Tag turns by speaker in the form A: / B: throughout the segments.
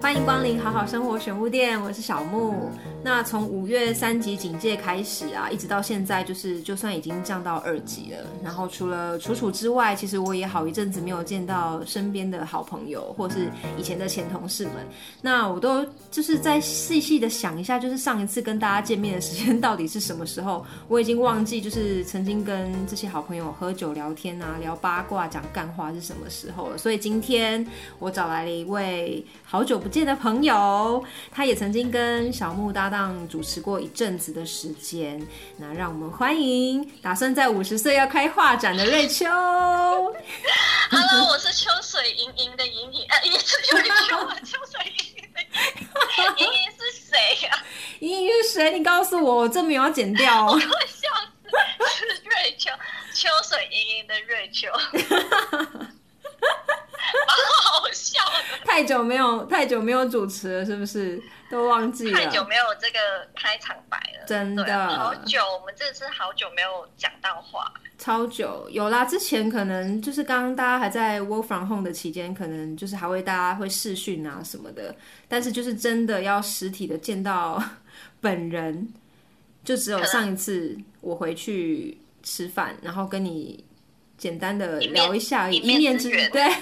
A: 欢迎光临好好生活选物店，我是小木。那从五月三级警戒开始啊，一直到现在，就是就算已经降到二级了。然后除了楚楚之外，其实我也好一阵子没有见到身边的好朋友或是以前的前同事们。那我都就是在细细的想一下，就是上一次跟大家见面的时间到底是什么时候？我已经忘记，就是曾经跟这些好朋友喝酒聊天啊，聊八卦、讲干话是什么时候了。所以今天我找来了一位好久不见的朋友，他也曾经跟小木搭档主持过一阵子的时间。那让我们欢迎打算在五十岁要开画展的瑞秋。
B: Hello，我是秋水盈盈的盈盈，呃，也是有点秋啊，秋水盈盈的 盈盈，盈盈是谁呀、啊？
A: 莹莹是谁？你告诉我，我这没有要剪掉哦。
B: 我笑死，是瑞秋，秋水盈盈的瑞 秋，蛮好笑的。
A: 太久没有太久没有主持了，是不是？都忘记了。
B: 太久没有这个开场白了，
A: 真的
B: 对啊好久，我们真的是好久没有讲到话。
A: 超久有啦，之前可能就是刚刚大家还在 work from home 的期间，可能就是还会大家会视讯啊什么的，但是就是真的要实体的见到本人，就只有上一次我回去吃饭，然后跟你简单的
B: 一面
A: 聊一下而已，
B: 一面
A: 一面
B: 之
A: 之
B: 缘
A: 对，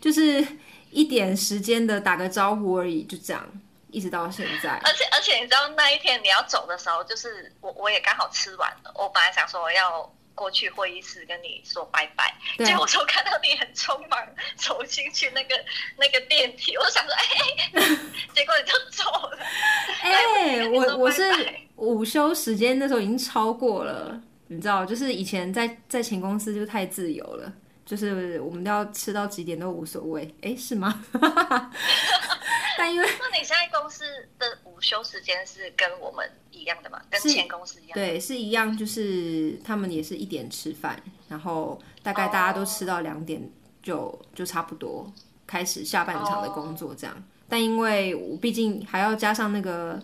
A: 就是一点时间的打个招呼而已，就这样，一直到现在。
B: 而且而且你知道那一天你要走的时候，就是我我也刚好吃完了，我本来想说我要过去会议室跟你说拜拜，
A: 对
B: 结果我就看到你很匆忙走进去那个 那个电梯，我就想说哎， 结果你就走了，
A: 哎、
B: 哎
A: 我我是
B: 拜拜
A: 午休时间那时候已经超过了，你知道，就是以前在在前公司就太自由了，就是我们要吃到几点都无所谓，哎、是吗？ 但因为
B: 那你现在公司的午休时间是跟我们一样的吗？跟
A: 是
B: 前公司一样？
A: 对是一样，就是他们也是一点吃饭，然后大概大家都吃到两点就就差不多开始下半场的工作这样。但因为我毕竟还要加上那个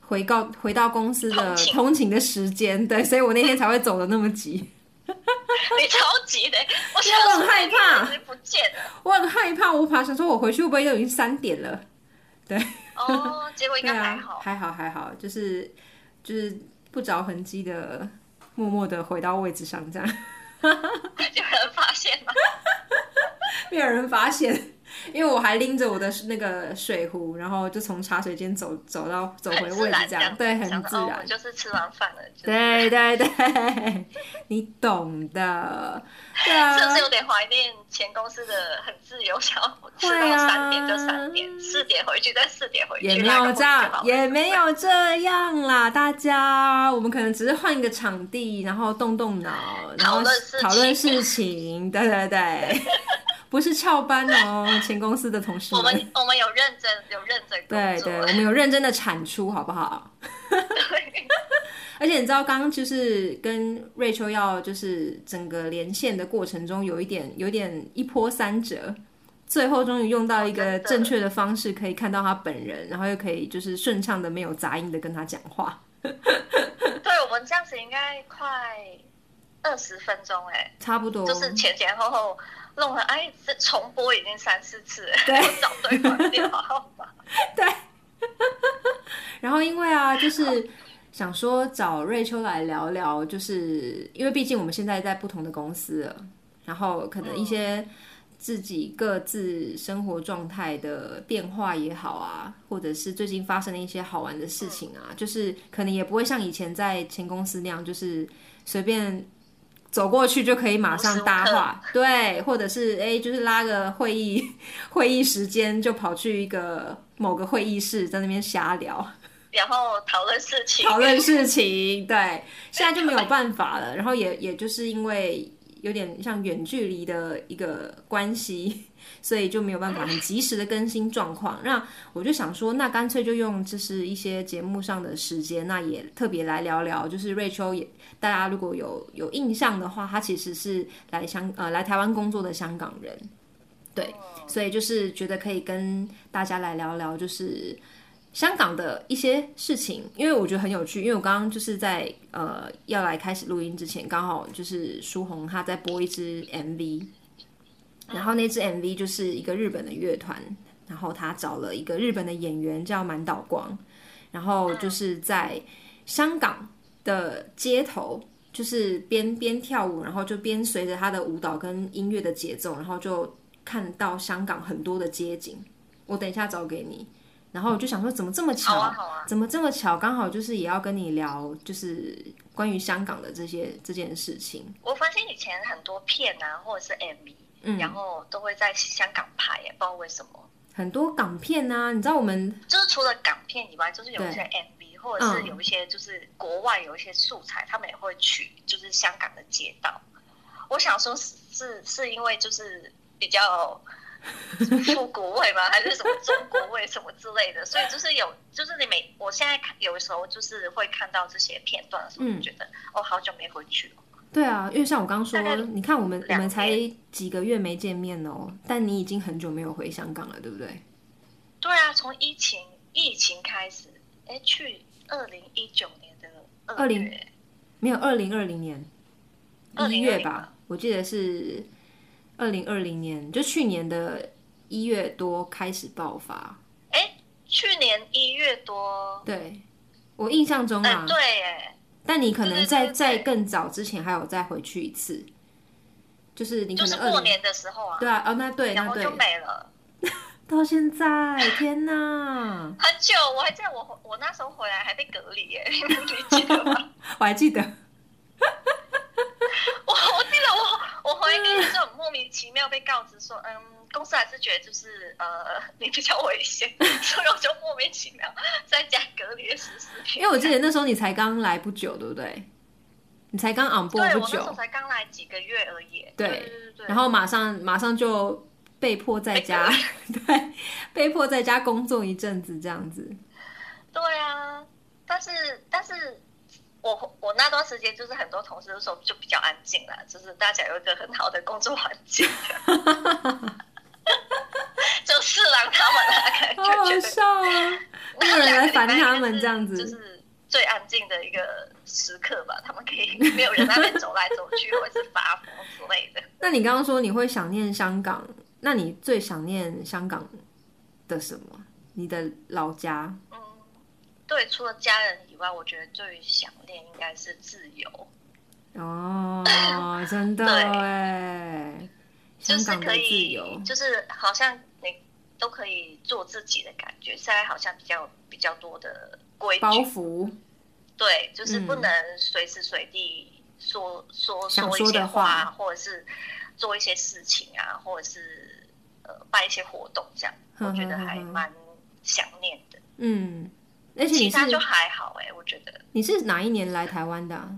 A: 回告回到公司的
B: 通勤
A: 通勤的时间， 对，所以我那天才会走的那么急。
B: 你超级的， 我
A: 因为我很害怕
B: 想说你一直不见了
A: 我很害怕，我怕想说我回去会不会都已经三点了？
B: 哦，结果应
A: 对
B: 该还
A: 啊
B: 好，。
A: 还好还好，就是就是不着痕迹的，默默的回到位置上，这样
B: 有人发现吗？
A: 没有人发现。 因为我还拎着我的那个水壶，然后就从茶水间走走 到走回
B: 很自
A: 位置
B: 然
A: 这样，啊对，很
B: 想
A: 自
B: 说哦，
A: 然
B: 我。就是吃完饭了，就是
A: 对啊对对， 你懂的。对啊，
B: 是不是有点怀念前公司的很自由，想要吃到
A: 会啊
B: 三点就三点，四点回去再四点回去，
A: 啊也没
B: 那
A: 有
B: 个
A: 这
B: 我
A: 样
B: 就，
A: 也没有这样啦，大家，我们可能只是换一个场地，然后动动脑，然后
B: 讨论事情
A: 讨论事情，对对 对，不是翘班哦，前公司的同事
B: 我
A: 们，
B: 们我们有认真有认真工
A: 对
B: 作，
A: 对，我们有认真的产出，好不好？
B: 对
A: 而且你知道，刚刚就是跟瑞秋要就是整个连线的过程中，有一点有点一波三折，最后终于用到一个
B: 真的
A: 正确的方式，可以看到他本人，然后又可以就是顺畅的没有杂音的跟他讲话。
B: 对我们这样子应该快二十分钟哎、
A: 差不多，
B: 就是前前后后弄了，哎，这重播已经三四次了，
A: 对
B: 我找对方的电话号码，
A: 然后因为啊，就是想说找瑞秋来聊聊，就是因为毕竟我们现在在不同的公司了，然后可能一些自己各自生活状态的变化也好啊，或者是最近发生的一些好玩的事情啊，就是可能也不会像以前在前公司那样，就是随便。走过去就可以马上搭话，对，或者是哎、就是拉个会议 会议时间就跑去一个某个会议室，在那边瞎聊。
B: 然后讨论事情，
A: 讨论事情，对，现在就没有办法了。然后也也就是因为有点像远距离的一个关系，所以就没有办法很及时的更新状况。那我就想说，那干脆就用就是一些节目上的时间，那也特别来聊聊，就是瑞秋也大家如果有有印象的话，他其实是来香呃来台湾工作的香港人，对，所以就是觉得可以跟大家来聊聊，就是香港的一些事情，因为我觉得很有趣，因为我刚刚就是在呃要来开始录音之前，刚好就是舒红她在播一支 MV，然后那支 MV 就是一个日本的乐团。然后他找了一个日本的演员叫满岛光，然后就是在香港的街头，就是边边跳舞，然后就边随着他的舞蹈跟音乐的节奏，然后就看到香港很多的街景。我等一下找给你。然后我就想说，怎么这么巧？
B: 好啊好啊
A: 怎么这么巧？刚好就是也要跟你聊，就是关于香港的这些这件事情。
B: 我发现以前很多片啊，或者是 MV，、
A: 嗯
B: 然后都会在香港拍，也不知道为什么。
A: 很多港片啊，你知道我们
B: 就是除了港片以外，就是有一些 MV，或者是
A: 嗯
B: 有一些就是国外有一些素材，他们也会取就是香港的街道。我想说是是是因为就是 比较复古味吗？还是什么中国味什么之类的？所以就是有就是你每我现在看有时候就是会看到这些片段的时候，
A: 嗯
B: 就觉得、哦好久没回去了。
A: 对啊，因为像我刚刚说
B: 大概，
A: 你看我们我
B: 两
A: 们才
B: 年
A: 几个月没见面哦，但你已经很久没有回香港了，对不对？
B: 对啊，从疫情疫情开始，哎，去二零一九年的二
A: 20没有，二零二零年
B: 2020
A: 一月
B: 吧
A: 吧，我记得是二零二零年，就去年的一月多开始爆发。
B: 哎，去年一月多，
A: 对我印象中
B: 哎、
A: 啊，
B: 对，哎，
A: 但你可
B: 对
A: 能
B: 对
A: 在
B: 对对
A: 在更早之前还有再回去一次，就是你
B: 就
A: 可
B: 是
A: 能二
B: 过
A: 零
B: 年的时候啊，
A: 对啊，哦那对
B: 然
A: 那
B: 后
A: 对
B: 就，没了，
A: 到现在，天哪，
B: 很久，我还记得我我那时候回来还被隔离耶， 你记得吗？
A: 我还记得。
B: 我我记得我我回来跟你就很莫名其妙被告知说，嗯，公司还是觉得就是呃 你比较危险， 所以我就莫名其妙在家隔离了十四
A: 因
B: 天，
A: 为我记得那时候你才刚来不久，对不对？你才刚 on
B: 对
A: board
B: 我
A: 不
B: 那时候
A: 久，
B: 才刚来几个月而已，
A: 对
B: 对对对，
A: 然后马上马上就被迫在
B: 哎
A: 家， 对，被迫在家工作一阵子这样子。
B: 对啊，但是但是我我那段时间就是很多同事都说就比较安静啦，就是大家有一个很好的工作环境， 就是让他们啊，感
A: 好
B: 觉
A: 好
B: 觉得
A: 笑啊！没有人来烦他们这样子
B: 就是最安静的一个时刻吧，他们可以没有人在那边走来走去或者是发疯之类的。
A: 那你刚刚说你会想念香港，那你最想念香港的什么？你的老家？
B: 嗯，对，除了家人以外，我觉得最想念应该是自由。
A: 哦，真的
B: 对
A: 哎，
B: 就
A: 香
B: 是
A: 港的
B: 可
A: 自
B: 以
A: 由，
B: 就是好像你都可以做自己的感觉。现在好像比较比较多的规
A: 包
B: 矩，
A: 袱，
B: 对，就是不
A: 嗯
B: 能随时随地说、说
A: 想
B: 说一
A: 说
B: 些
A: 的话
B: 话，或者是做一些事情啊，或者是呃办一些活动这样，我觉得还
A: 哼哼哼哼
B: 蛮想念的。
A: 嗯，而且
B: 其
A: 你是
B: 他就还好哎、我觉得
A: 你是哪一年来台湾的啊、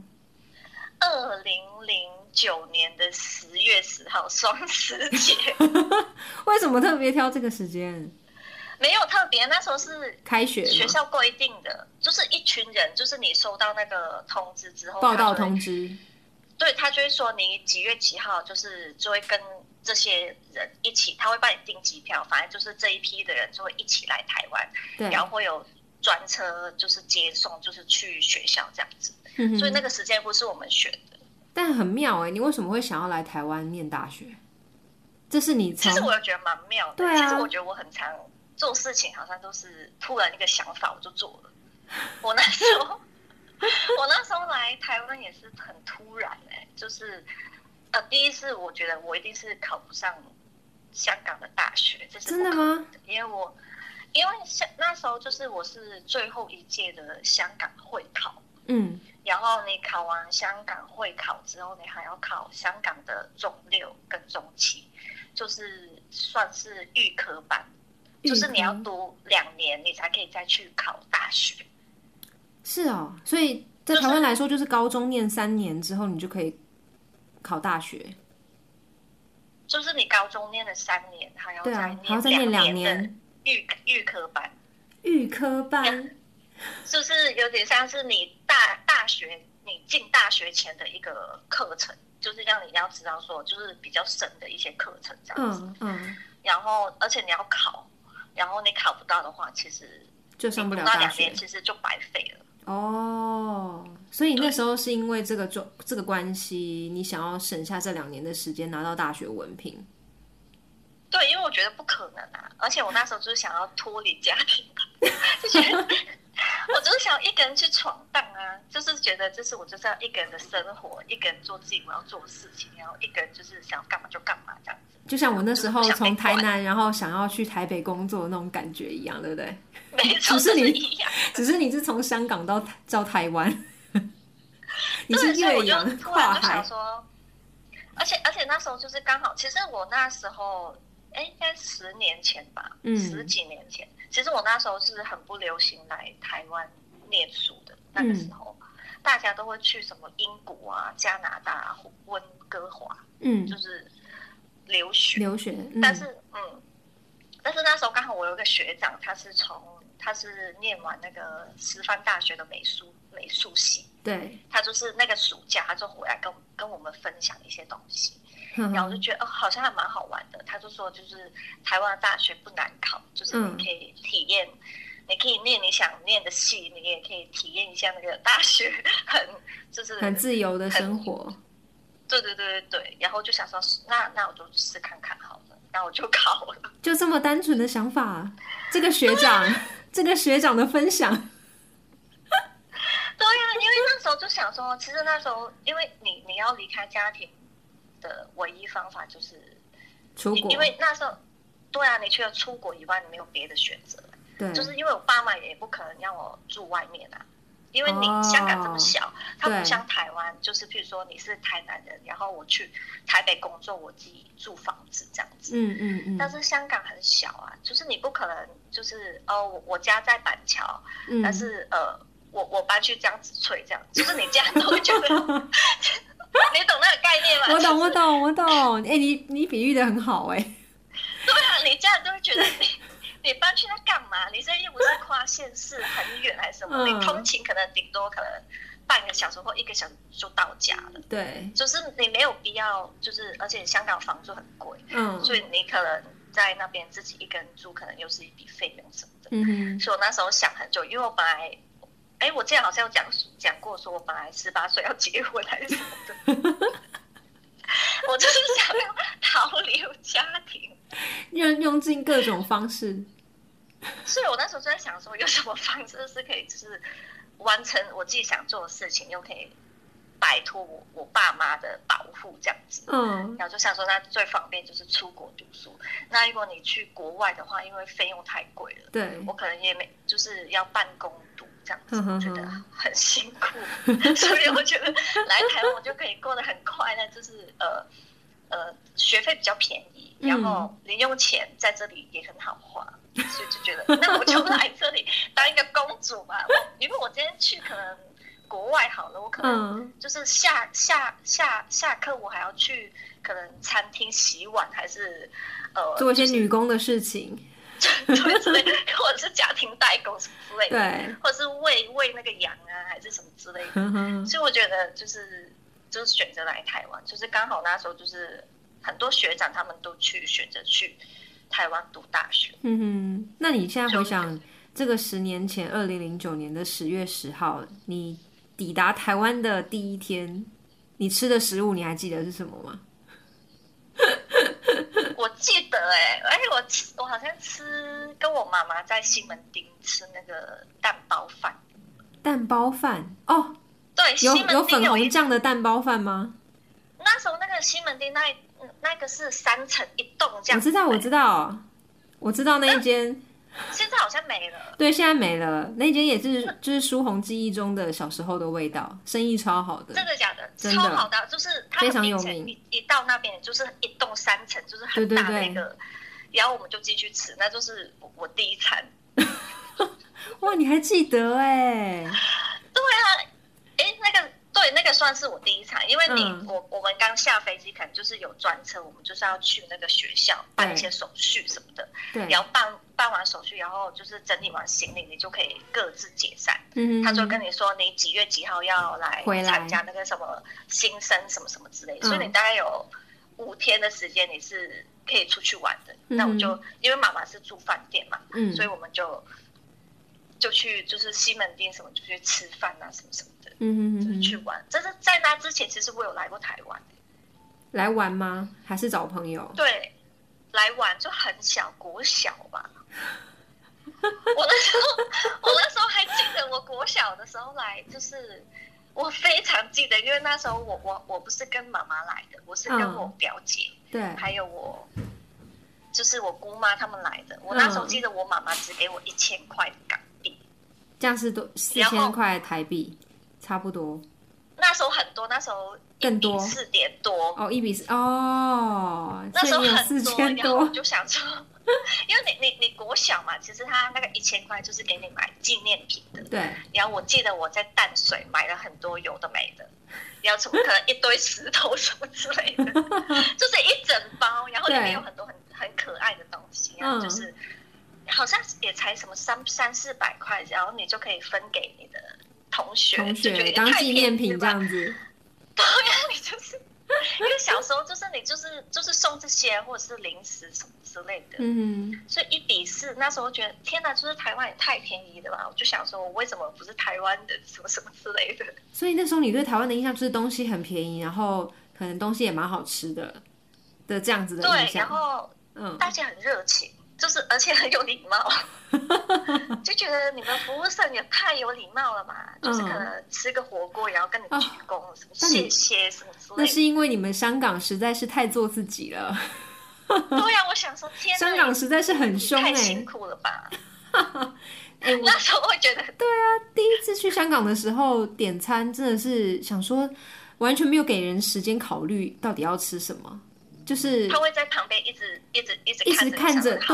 B: 二零零九年的十月十号双十节
A: 为什么特别挑这个时间？
B: 没有特别，那时候是
A: 开学吗
B: 学校规定的，就是一群人，就是你收到那个通知之后，
A: 报道
B: 他就会
A: 通，知，
B: 对他就会说你几月几号，就是就会跟这些人一起，他会帮你订机票，反正就是这一批的人就会一起来台湾，
A: 对，
B: 然后会有专车就是接送，就是去学校这样子，
A: 嗯哼
B: 所以那个时间不是我们选的。
A: 但很妙哎、你为什么会想要来台湾念大学？这是你
B: 其
A: 从
B: 实我也觉得蛮妙的，
A: 对啊
B: 其实我觉得我很常做事情，好像都是突然一个想法我就做了。我那时 候，我那时候来台湾也是很突然哎、就是呃，第一次我觉得我一定是考不上香港的大学，这是
A: 真
B: 不
A: 的
B: 可
A: 吗？
B: 能的？因为我因为像那时候就是我是最后一届的香港会考，
A: 嗯，
B: 然后你考完香港会考之后，你还要考香港的中六跟中七，就是算是预科班，就是你要
A: 预科
B: 读两年，你才可以再去考大学。
A: 是哦，所以在台湾来说，就是高中念三年之后，你就可以考大学，
B: 就是你高中念了三年，还要
A: 对
B: 再
A: 啊，还要再念
B: 念
A: 两
B: 年的
A: 年
B: 预预科班，
A: 预科班，
B: 就是有点像是你大大学你进大学前的一个课程，就是让你要知道说，就是比较深的一些课程这样子。
A: 嗯嗯，
B: 然后而且你要考，然后你考不到的话，其实
A: 就上不
B: 读
A: 了
B: 到
A: 大
B: 两
A: 学
B: 年其实就白费了。
A: 哦。所以那时候是因为这个中这个关系，你想要省下这两年的时间拿到大学文凭，
B: 对，因为我觉得不可能啊，而且我那时候就是想要脱离家庭，就觉得我就是想一个人去闯荡啊， 就是觉得就是我就是要一个人的生活，一个人做自己我要做的事情，然后一个人就是想要干嘛就干嘛这样 子。
A: 就像我那时候从台南，然后想要去台北工作的那种感觉一样，对不对？
B: 没错，
A: 哎只是你
B: 就一样。
A: 只是你是从香港到到台湾， 你
B: 对，
A: 是
B: 所以
A: 岳
B: 我就
A: 阳
B: 突
A: 跨
B: 然就
A: 海
B: 想，说，而且而且那时候就是刚好，其实我那时候，哎，应该十年前吧，
A: 嗯
B: 十几年前，其实我那时候是很不流行来台湾念书的，那个时
A: 嗯
B: 候、大家都会去什么英国啊、加拿大、啊、温哥华，
A: 嗯，
B: 就是留学，
A: 留学，嗯、
B: 但是嗯，但是那时候刚好我有一个学长，他是从他是念完那个师范大学的美术美术系。
A: 对，
B: 他就是那个暑假他就回来跟跟我们分享一些东西，
A: 然
B: 然后我就觉得哦，好像还蛮好玩的。他就说，就是台湾的大学不难考，就是
A: 嗯
B: 你可以体验，你可以念你想念的系，你也可以体验一下那个大学很就是
A: 很自由的生活，
B: 对对对对对。然后就想说，那那我就试看看好了，那我就考了。
A: 就这么单纯的想法。这个学长，这个学长的分享，
B: 对呀、因为那时候就想说，其实那时候因为你你要离开家庭的唯一方法就是
A: 出
B: 你
A: 国，
B: 因为那时候，对啊，你除了出国以外，你没有别的选择。
A: 对，
B: 就是因为我爸妈也不可能让我住外面啊，因为你
A: 哦
B: 香港这么小，它
A: 对
B: 不像台湾，就是譬如说你是台南人，然后我去台北工作，我自己住房子这样子。
A: 嗯嗯嗯，
B: 但是香港很小啊，就是你不可能，就是哦，我我家在板桥，
A: 嗯
B: 但是呃，我我搬去江子翠这样，就是你家都会觉得， 你懂那个概念吗？
A: 我懂，我懂，我懂。哎、你你比喻的很好、哎，
B: 对啊，你家人都会觉得 你你搬去那干嘛？你这又不是跨县市很远还是什么？
A: 嗯
B: 你通勤可能顶多可能半个小时或一个小时就到家了，
A: 对，
B: 就是你没有必要，就是而且香港房租很贵，
A: 嗯，
B: 所以你可能在那边自己一个人住，可能又是一笔费用什么的。
A: 嗯哼，
B: 所以我那时候想很久，因为我本来。哎，我之前好像有讲讲过，说我本来十八岁要结婚还是什么的， 我就是想要逃离家庭，
A: 用用尽各种方式，
B: 所以我那时候就在想说，有什么方式是可以就是完成我自己想做的事情，又可以摆脱我我爸妈的保护这样子。
A: 嗯，
B: 然后就想说，那最方便就是出国读书。那如果你去国外的话，因为费用太贵了，
A: 对，
B: 我可能也没就是要办公读这样子，
A: 嗯哼哼
B: 觉得
A: 哼
B: 很辛苦。 所以我觉得来台湾我就可以过得很快乐，就是呃呃学费比较便宜，
A: 嗯
B: 然后零用钱在这里也很好花，所以就觉得那我就来这里当一个公主吧。我因为我今天去可能国外好了，我可能
A: 嗯，
B: 就是下下下下课我还要去可能餐厅洗碗，还是呃
A: 做一些
B: 就是
A: 女工的事情，
B: 对之类，或者是家庭代工什么之类的，
A: 对，
B: 或者是喂喂那个羊啊，还是什么之类的。
A: 哼哼，
B: 所以我觉得就是就是选择来台湾，就是刚好那时候就是很多学长他们都去选择去台湾读大学。
A: 嗯哼。那你现在回想这个十年前，二零零九年的十月十号，你抵达台湾的第一天，你吃的食物你还记得是什么吗？
B: 我记得哎、而且我吃我好像吃跟我妈妈在西门町吃那个蛋包饭，
A: 蛋包饭哦，
B: 对，西
A: 有
B: 门
A: 有
B: 町
A: 粉
B: 有
A: 红
B: 一
A: 酱的蛋包饭吗？
B: 那时候那个西门町那一那个是三层一栋这
A: 我
B: 样子
A: 知
B: 欸，
A: 道，我知道，我知道那一间。
B: 现在好像没了。
A: 对，现在没了。那间也是，就是舒红记忆中的小时候的味道，生意超好的。
B: 真的假的？
A: 真的
B: 超好的，就是它
A: 非常
B: 很明
A: 有
B: 显
A: 名
B: 一一到那边就是一栋三层，就是
A: 对
B: 很
A: 对
B: 大的
A: 对
B: 一个，然后我们就进去吃，那就是我我第一餐。
A: 哇，你还记得哎？
B: 啊诶，那个对，那个算是我第一餐，因为你、
A: 嗯
B: 我我们刚下飞机，可能就是有专车，我们就是要去那个学校办一些手续什么的，
A: 对，
B: 然后办办完手续，然后就是整理完行李，你就可以各自解散。
A: 嗯哼，
B: 他就跟你说你几月几号要来
A: 回来
B: 参加那个什么新生什么什么之类，
A: 嗯
B: 所以你大概有五天的时间你是可以出去玩的。
A: 嗯
B: 那我就因为妈妈是住饭店嘛，
A: 嗯
B: 所以我们就就去就是西门町什么就去吃饭啊什么什么的，
A: 嗯哼
B: 就
A: 嗯
B: 是去
A: 哼，
B: 玩。这是在那之前，其实我有来过台湾，
A: 来玩吗？还是找朋友？
B: 对。来玩就很小，国小 嘛。我那时候， 我那时候还记得，我国小的时候来，就是我非常记得，因为那时候我我我不是跟妈妈来的，我是跟
A: 嗯
B: 我表姐，
A: 对，
B: 还有我就是我姑妈他们来的。我那时候
A: 嗯
B: 记得我妈妈只给我一千块港币，
A: 这样是多四
B: 然后
A: 千块台币，差不多
B: 那时候很多，那时候
A: 更多
B: 四点多，
A: 哦，一比四哦，
B: 那时候
A: 所以有
B: 很
A: 四
B: 多，
A: 千
B: 然后我
A: 多，
B: 就想说，因为你你你国小嘛，其实他那个一千块就是给你买纪念品的。
A: 对，
B: 然后我记得我在淡水买了很多有的没的，然后什么可能一堆石头什么之 类的，就是一整包，然后里面
A: 对
B: 有很多很很可爱的东西，然后就
A: 嗯
B: 是好像也才什么三三四百块，然后你就可以分给你的同学，
A: 同
B: 就觉
A: 学
B: 得
A: 当
B: 太
A: 纪念
B: 便宜
A: 品
B: 了
A: 这
B: 吧
A: 样子，
B: 你就是 因为小时候就是你就是就是送这些或者是零食什么之类的，
A: 嗯哼，
B: 所以一比四那时候觉得天哪，就是台湾也太便宜了吧！我就想说，我为什么不是台湾人什么什么之类 的？
A: 所以那时候你对台湾的印象就是东西很便宜，然后可能东西也蛮好吃的的这样子的印
B: 对，然
A: 象，
B: 后
A: 嗯，
B: 大家很热情，就是而且很有礼 貌，就觉得你们服务生也太有礼貌了嘛，就是可能吃个火锅也要跟你鞠躬，什么
A: 嗯啊那你
B: 谢谢什么之
A: 那
B: 类的。
A: 是因为你们香港实在是太做自己了，
B: 对啊呀、我想说，天哪，
A: 香港实在是很凶
B: 太
A: 哎、
B: 辛苦了吧？
A: 哎我
B: 那时候会觉得
A: 第一次去香港的时候，点餐真的是想说，完全没有给人时间考虑到底要吃什么，就是
B: 他会在旁边一直一直一直
A: 嗯一直看
B: 看
A: 着，
B: 你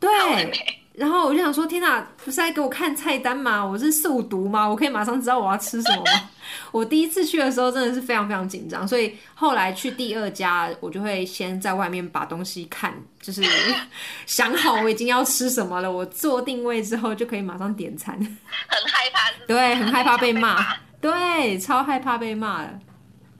A: 对
B: 好了没好了
A: 对。
B: 没
A: 然后我就想说，天哪，不是在给我看菜单吗？我是速读吗？我可以马上知道我要吃什么吗？ 我第一次去的时候真的是非常非常紧张，所以后来去第二家，我就会先在外面把东西看，就是 想好我已经要吃什么了，我做定位之后就可以马上点餐。
B: 很害怕是不是，
A: 对，很害怕被
B: 想
A: 骂，对，超害怕被骂的。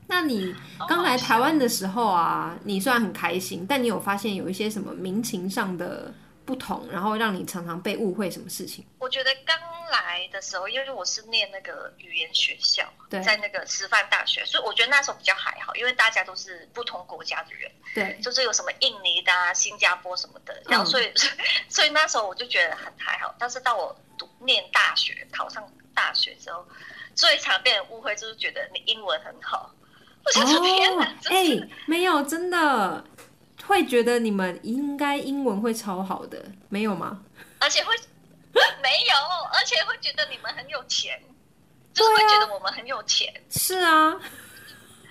A: 那你刚来台湾的时候啊，你虽然很开心，但你有发现有一些什么民情上的不同，然后让你常常被误会什么事情？
B: 我觉得刚来的时候，因为我是念那个语言学校，
A: 对
B: 在那个师范大学，所以我觉得那时候比较还好，因为大家都是不同国家的人，
A: 对， 嗯
B: 就是有什么印尼的、啊、新加坡什么的，然后所以、 所以那时候我就觉得很还好。但是到我读念大学，考上大学之后，最常被人误会就是觉得你英文很好，我想说天哪，真
A: 哎、
B: 是。
A: 没有，真的会觉得你们应该英文会超好的，没有吗？
B: 而且会
A: 啊
B: 没有，而且会觉得你们很有钱，
A: 啊
B: 就是会觉得我们很有 钱。
A: 是啊，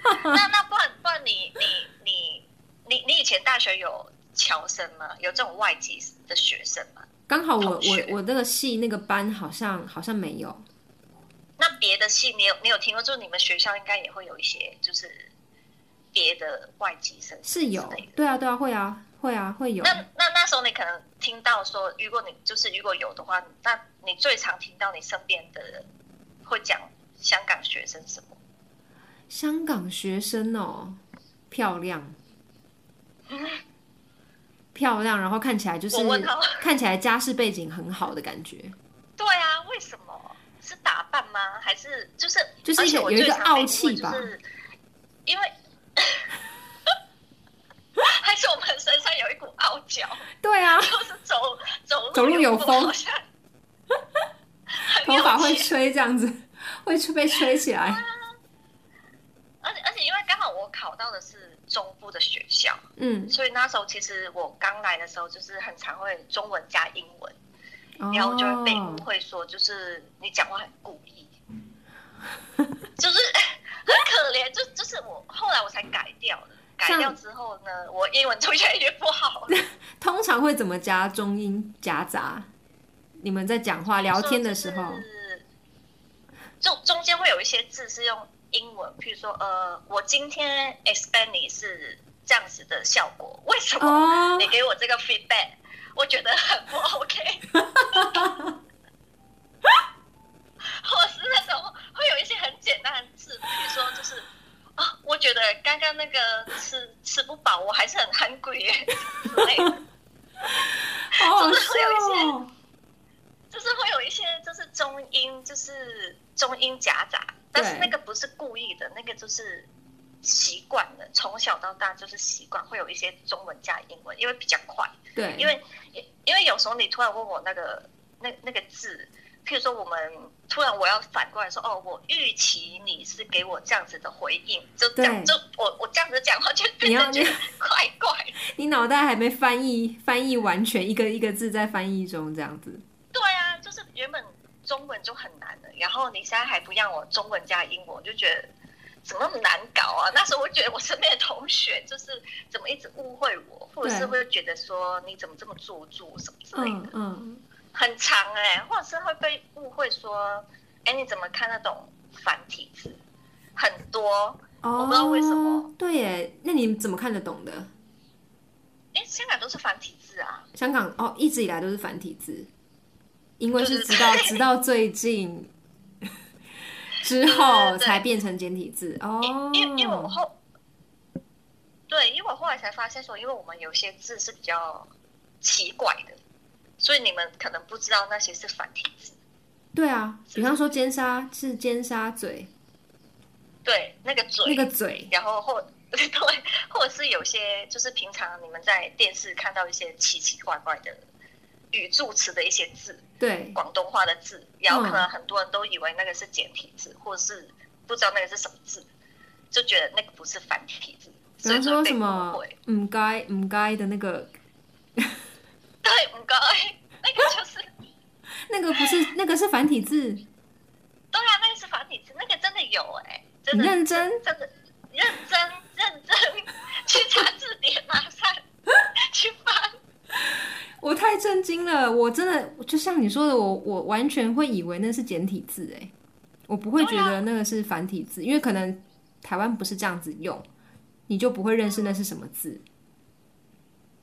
B: 那那不然不然你你你你你以前大学有侨生吗？有这种外籍的学生吗？
A: 刚好我
B: 同学
A: 我我那个系那个班好像好像没有，
B: 那别的系你有你有听过？就是你们学校应该也会有一些就是别的外籍生
A: 是有
B: 之类的，
A: 对啊对啊会啊会啊会有
B: 那，那那时候你可能听到说，如果你就是如果有的话，那你最常听到你身边的人会讲香港学生什么？
A: 香港学生哦，漂亮，漂亮，然后看起来就是
B: 我问他
A: 看起来家世背景很好的感觉，
B: 对啊，为什么？是打扮吗？还是就是
A: 就是
B: 而且
A: 有
B: 我
A: 有一
B: 最
A: 个
B: 常
A: 傲
B: 被误会
A: 气吧
B: 就是因为 还是我们身上有一股傲娇，
A: 对啊，
B: 就是走走路
A: 走路有风
B: 好像 很
A: 头
B: 有
A: 发会
B: 钱
A: 吹这样子，会吹被吹起来，
B: 而且而且因为刚好我考到的是中部的学校，
A: 嗯，
B: 所以那时候其实我刚来的时候就是很常会中文加英文，然后就会被误
A: 哦，
B: 会说，就是你讲话很故意，就是很可怜。就就是我后来我才改掉的，改
A: 像
B: 掉之后呢，我英文就越来越不好了。
A: 通常会怎么加中英夹杂？你们在讲话聊天的时候
B: 就，是就中间会有一些字是用英文，譬如说呃，我今天 expect 你是这样子的效果，为什么
A: 哦
B: 你， 给我这个 feedback？我觉得很不 OK，或是那种会有一些很简单的字，比如说就是啊，我觉得刚刚那个吃吃不饱，我还是很 hungry 耶之类的，
A: 好好
B: 就是会有一些
A: 笑哦，
B: 就是会有一些就是中英就是中英夹杂，但是
A: 对
B: 那个不是故意的，那个就是习惯了，从小到大就是习惯会有一些中文加英文，因为比较快。
A: 对，
B: 因为因为有时候你突然问我那个那那个字，譬如说我们突然我要反过来说，哦，我预期你是给我这样子的回应，就这样，
A: 对
B: 就我我这样子讲话就
A: 你
B: 变
A: 要
B: 得觉得 怪怪。
A: 你脑袋还没翻译翻译完全，一个一个字在翻译中这样子。
B: 对啊，就是原本中文就很难的，然后你现在还不让我中文加英文，我就觉得怎么那么难搞啊？那时候我觉得我身边的同学就是怎么一直误会我，或者是
A: 对
B: 会觉得说你怎么这么做作什么之类
A: 嗯
B: 的，
A: 嗯，
B: 很长哎、或者是会被误会说，哎，你怎么看那种繁体字？很多，
A: 哦，
B: 我不知道为什么。
A: 对耶，那你怎么看得懂的？
B: 哎，香港都是繁体字啊，
A: 香港哦，一直以来都是繁体字，因为
B: 就是是
A: 直到直到最 近之后
B: 对对对
A: 才变成简体字哦。
B: 因因为我后，对，因为我后来才发现说，因为我们有些字是比较奇怪的，所以你们可能不知道那些是繁体字。
A: 对啊，比方说尖沙是尖沙嘴，
B: 对，那个嘴，
A: 那个嘴，
B: 然后或 对，或者是有些就是平常你们在电视看到一些奇奇怪怪的语助词的一些字，
A: 对
B: 广东话的字，然后
A: 嗯
B: 可能很多人都以为那个是简体字，或者是不知道那个是什么字，就觉得那个不是繁体字，
A: 比
B: 所以
A: 方
B: 就
A: 说
B: 被
A: 什
B: 欸误
A: 么
B: 会。
A: 唔该唔该的那个，
B: 对，唔该，哎那个就是。
A: 那个不是那个是繁体字，你
B: 对啊，那个是繁体字，那个真的有哎、真的
A: 认真。
B: 真的认真认真去查字典，马上 去翻。
A: 我太震惊了，我真的就像你说的，我我完全会以为那是简体字，哎，我不会觉
B: 对
A: 得那个是繁体字，因为可能台湾不是这样子用，你就不会认识那是什么字。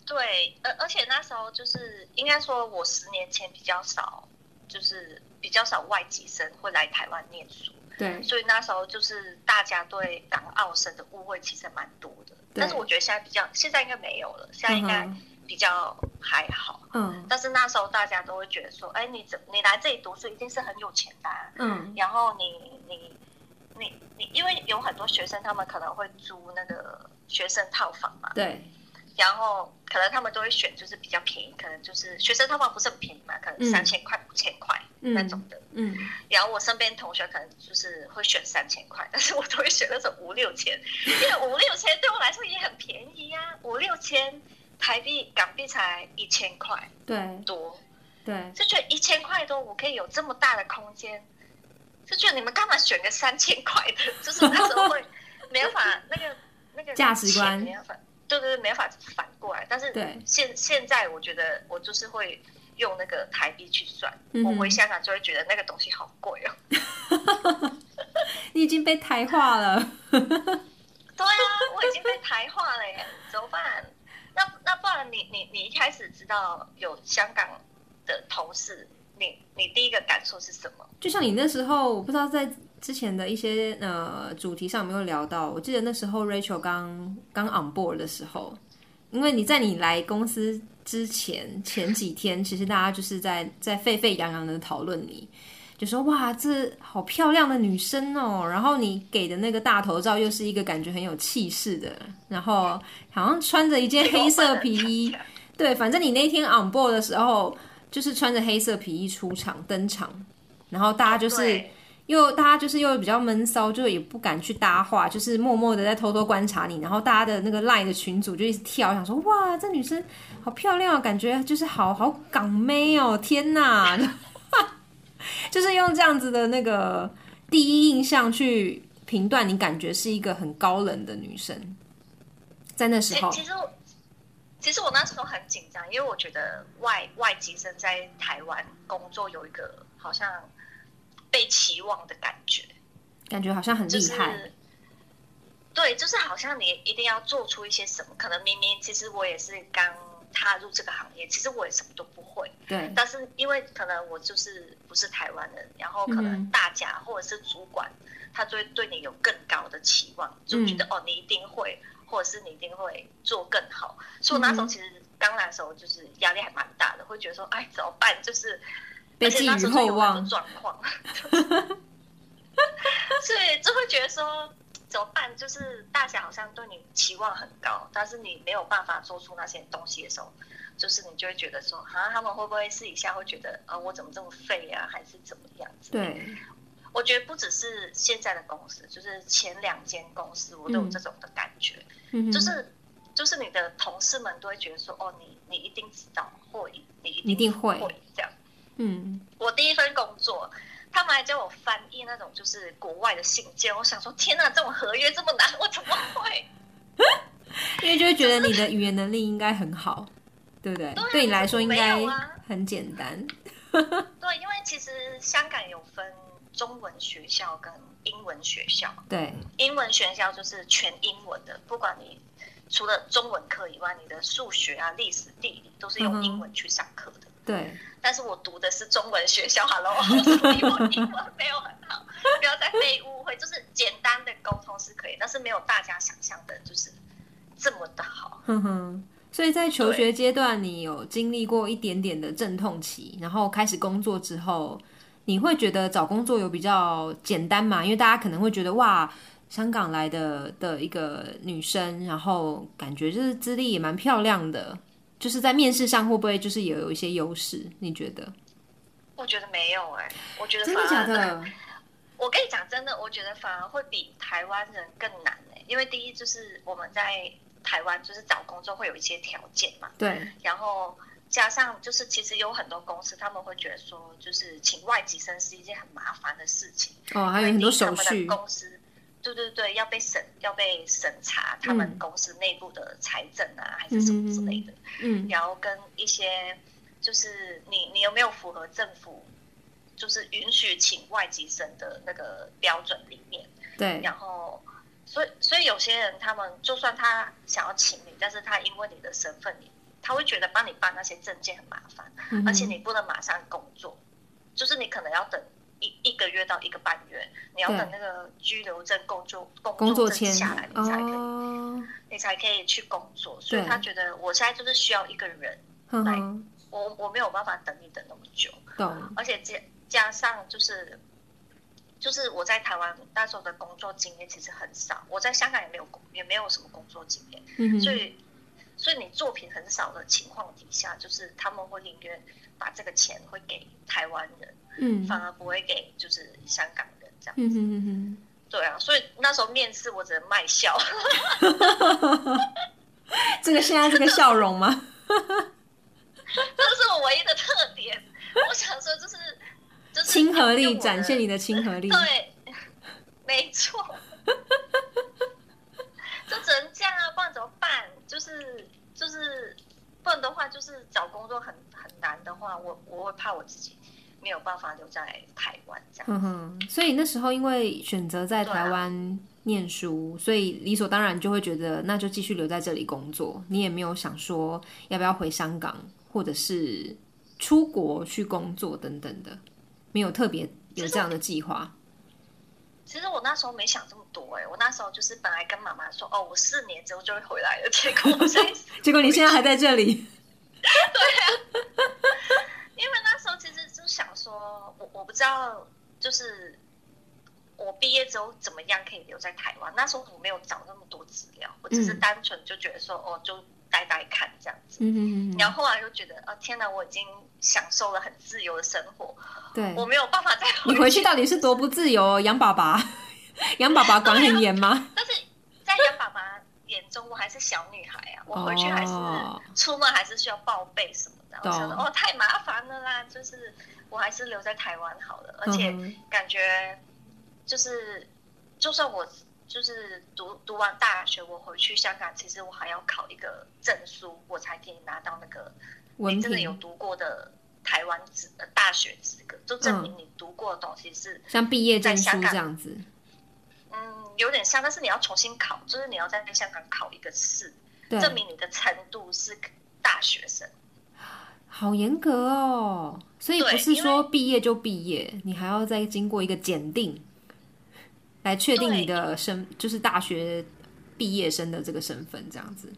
B: 对，而而且那时候就是应该说，我十年前比较少，就是比较少外籍生会来台湾念书，
A: 对，
B: 所以那时候就是大家对港澳生的误会其实蛮多的。
A: 对
B: 但是我觉得现在比较，现在应该没有了，现在应该
A: 嗯
B: 比较还好。
A: 嗯
B: 但是那时候大家都会觉得说，哎，你怎你来这里读书一定是很有钱的、啊，
A: 嗯，
B: 然后你你你你，因为有很多学生他们可能会租那个学生套房嘛，
A: 对，
B: 然后可能他们都会选就是比较便宜，可能就是学生套房不是很便宜嘛，可
A: 嗯
B: 能三千块、五千块那种
A: 嗯
B: 的。
A: 嗯，
B: 然后我身边同学可能就是会选三千块，但是我都会选那种五六千，因为五六千对我来说也很便宜呀、啊，五六千台币港币才一千块
A: 对
B: 多。
A: 对，
B: 就觉得一千块多，我可以有这么大的空间，就觉得你们干嘛选个三千块的？就是那时候会没有法那个那个
A: 价值观
B: 钱没有法，对对对，没有法反过来。但是
A: 对
B: 现现在我觉得我就是会用那个台币去算，
A: 嗯
B: 我
A: 哼
B: 回香港就会觉得那个东西好贵哦。
A: 你已经被台化了。
B: 对啊，我已经被台化了耶，怎么办？那那不然你你你一开始知道有香港的同事，你你第一个感受是什么？
A: 就像你那时候，我不知道在之前的一些呃主题上有没有聊到，我记得那时候 Rachel 刚刚 on board 的时候，因为你在你来公司之前前几天，其实大家就是在在沸沸扬扬的讨论你。就说哇，这好漂亮的女生哦！然后你给的那个大头照又是一个感觉很有气势的，然后好像穿着一件黑色皮衣，对，反正你那天 on board 的时候，就是穿着黑色皮衣出场登场，然后大家就是
B: 哦对
A: 又大家就是又比较闷骚，就也不敢去搭话，就是默默的在偷偷观察你。然后大家的那个 line 的群组就一直跳，想说哇，这女生好漂亮哦，感觉就是好好港妹哦，天哪！ 就是用这样子的那个第一印象去评断你，感觉是一个很高冷的女生，在那时
B: 其
A: 候，
B: 其实我其实我那时候很紧张，因为我觉得外外籍生在台湾工作有一个好像被期望的感觉，
A: 感觉好像很
B: 就
A: 厉
B: 是
A: 害。
B: 对，就是好像你一定要做出一些什么。可能明明其实我也是刚踏入这个行业，其实我也什么都不会，
A: 对
B: 但是因为可能我就是不是台湾人，然后可
A: 嗯
B: 能
A: 哼
B: 大家或者是主管，他就会对你有更高的期望，就
A: 嗯
B: 觉得、哦你一定会，或者是你一定会做更好。所以我那时
A: 嗯
B: 候
A: 哼
B: 其实刚来的时候就是压力还蛮大的，会觉得说哎怎么办？就是
A: 被
B: 而且
A: 寄
B: 那时
A: 予
B: 候就
A: 厚
B: 有很多
A: 望，
B: 状况，所以就会觉得说怎么办？就是大家好像对你期望很高，但是你没有办法做出那些东西的时候，就是你就会觉得说，啊，他们会不会私底下会觉得，啊，我怎么这么废啊，还是怎么样子？
A: 对，
B: 我觉得不只是现在的公司，就是前两间公司，我都有这种的感觉，
A: 嗯
B: 就
A: 哼
B: 是就是你的同事们都会觉得说，哦，你你一定知道，或你你
A: 一
B: 一
A: 定
B: 定
A: 会
B: 会这样。
A: 嗯，
B: 我第一份工作，他们还叫我翻译那种就是国外的信件，我想说，天哪，这种合约这么难，我怎么会？
A: 因为就会觉得你的语言能力应该很好，对不对？
B: 对啊
A: 对你来说应该
B: 没有啊
A: 很简单。
B: 对，因为其实香港有分中文学校跟英文学校，
A: 对，
B: 英文学校就是全英文的，不管你除了中文课以外，你的数学啊、历史、地理都是
A: 嗯哼
B: 用英文去上课的。
A: 对，
B: 但是我读的是中文学校，Hello，所 以我英文没有很好，不要再被误会。就是简单的沟通是可以，但是没有大家想象的，就是这么的好。
A: 哼哼。所以在求学阶段，你有经历过一点点的阵痛期，然后开始工作之后，你会觉得找工作有比较简单嘛？因为大家可能会觉得哇，香港来的的一个女生，然后感觉就是资历也蛮漂亮的，就是在面试上会不会就是也有一些优势？你觉得？
B: 我觉得没有哎、我觉得
A: 真
B: 反
A: 的
B: 而
A: 假的？
B: 我跟你讲真的，我觉得反而会比台湾人更难呢、因为第一就是我们在台湾就是找工作会有一些条件嘛，
A: 对，
B: 然后加上就是其实有很多公司他们会觉得说，就是请外籍生是一件很麻烦的事情，
A: 哦，还有很多手
B: 因为第一
A: 续
B: 他们的，公司。对对对，要被审要被审查他们
A: 嗯
B: 公司内部的财政啊，还是什么之类的，
A: 嗯，
B: 然后跟一些就是你你有没有符合政府就是允许请外籍生的那个标准里面，
A: 对，
B: 然后，所以所以有些人他们就算他想要请你，但是他因为你的身份，你他会觉得帮你办那些证件很麻烦，
A: 嗯
B: 而且
A: 哼
B: 你不能马上工作，就是你可能要等一一个月到一个半月，你要
A: 对
B: 等那个居留证工作
A: 工
B: 工
A: 作
B: 作
A: 签
B: 证下来，你才可以、
A: 哦，
B: 你才可以去工作。所以
A: 对
B: 他觉得我现在就是需要一个人，
A: 哼哼，
B: 我我没有办法等你等那么久。
A: 懂，
B: 而且加加上就是，就是我在台湾那时候的工作经验其实很少，我在香港也没有工也没有什么工作经验，
A: 嗯哼，
B: 所以所以你作品很少的情况底下，就是他们会宁愿把这个钱会给台湾人，
A: 嗯，
B: 反而不会给就是香港人这样。
A: 嗯哼哼哼。
B: 对啊，所以那时候面试我只能卖笑，
A: 这个现在这个笑容吗？
B: 这是我唯一的特点。我想说就是 就是
A: 亲和
B: 用我
A: 力，
B: 的
A: 展现你的亲和力。
B: 对，没错，就只能这样啊，不然怎么办？就是就是，不然的话就是找工作很很难的话，我我会怕我自己没有办法留在台湾这样。
A: 哼哼，所以那时候因为选择
B: 啊
A: 在台湾念书，所以理所当然就会觉得那就继续留在这里工作。你也没有想说要不要回香港，或者是出国去工作等等的，没有特别有这样的计划。
B: 其实我那时候没想这么多哎、我那时候就是本来跟妈妈说，哦，我四年之后就会回来了，结果我现在
A: 结果你现在还在这 里，
B: 因为那时候其实就想说，我我不知道，就是我毕业之后怎么样可以留在台湾。那时候我没有找那么多资料，我只是
A: 嗯
B: 单纯就觉得说，哦，就待待看这样子。
A: 嗯哼哼
B: 然
A: 哼，
B: 后后来就觉得，啊，天哪，我已经享受了很自由的生活，
A: 对
B: 我没有办法再
A: 嗯你回去到底是多不自由、哦？杨爸爸，杨爸爸管很严吗？
B: 但是在杨爸爸眼中，我还是小女孩啊，我回去还是、
A: 哦
B: 出门还是需要报备什么的。我
A: 懂
B: 想说，哦，太麻烦了啦，就是我还是留在台湾好了，而且。
A: 嗯哼
B: 感觉就是，就算我就是读读完大学，我回去香港，其实我还要考一个证书，我才可以拿到那个
A: 文
B: 你真的有
A: 凭，
B: 读过的台湾资呃大学资格，就证明你读过的东西是
A: 像毕业证
B: 在
A: 书
B: 香港
A: 这样子。
B: 嗯有点像，但是你要重新考，就是你要在香港考一个试，
A: 对，
B: 证明你的程度是大学生。
A: 好严格哦，所以
B: 对
A: 不是
B: 因为
A: 说毕业就毕业，你还要再经过一个检定，来确定
B: 对
A: 你的身，就是大学毕业生的这个身份，这样子。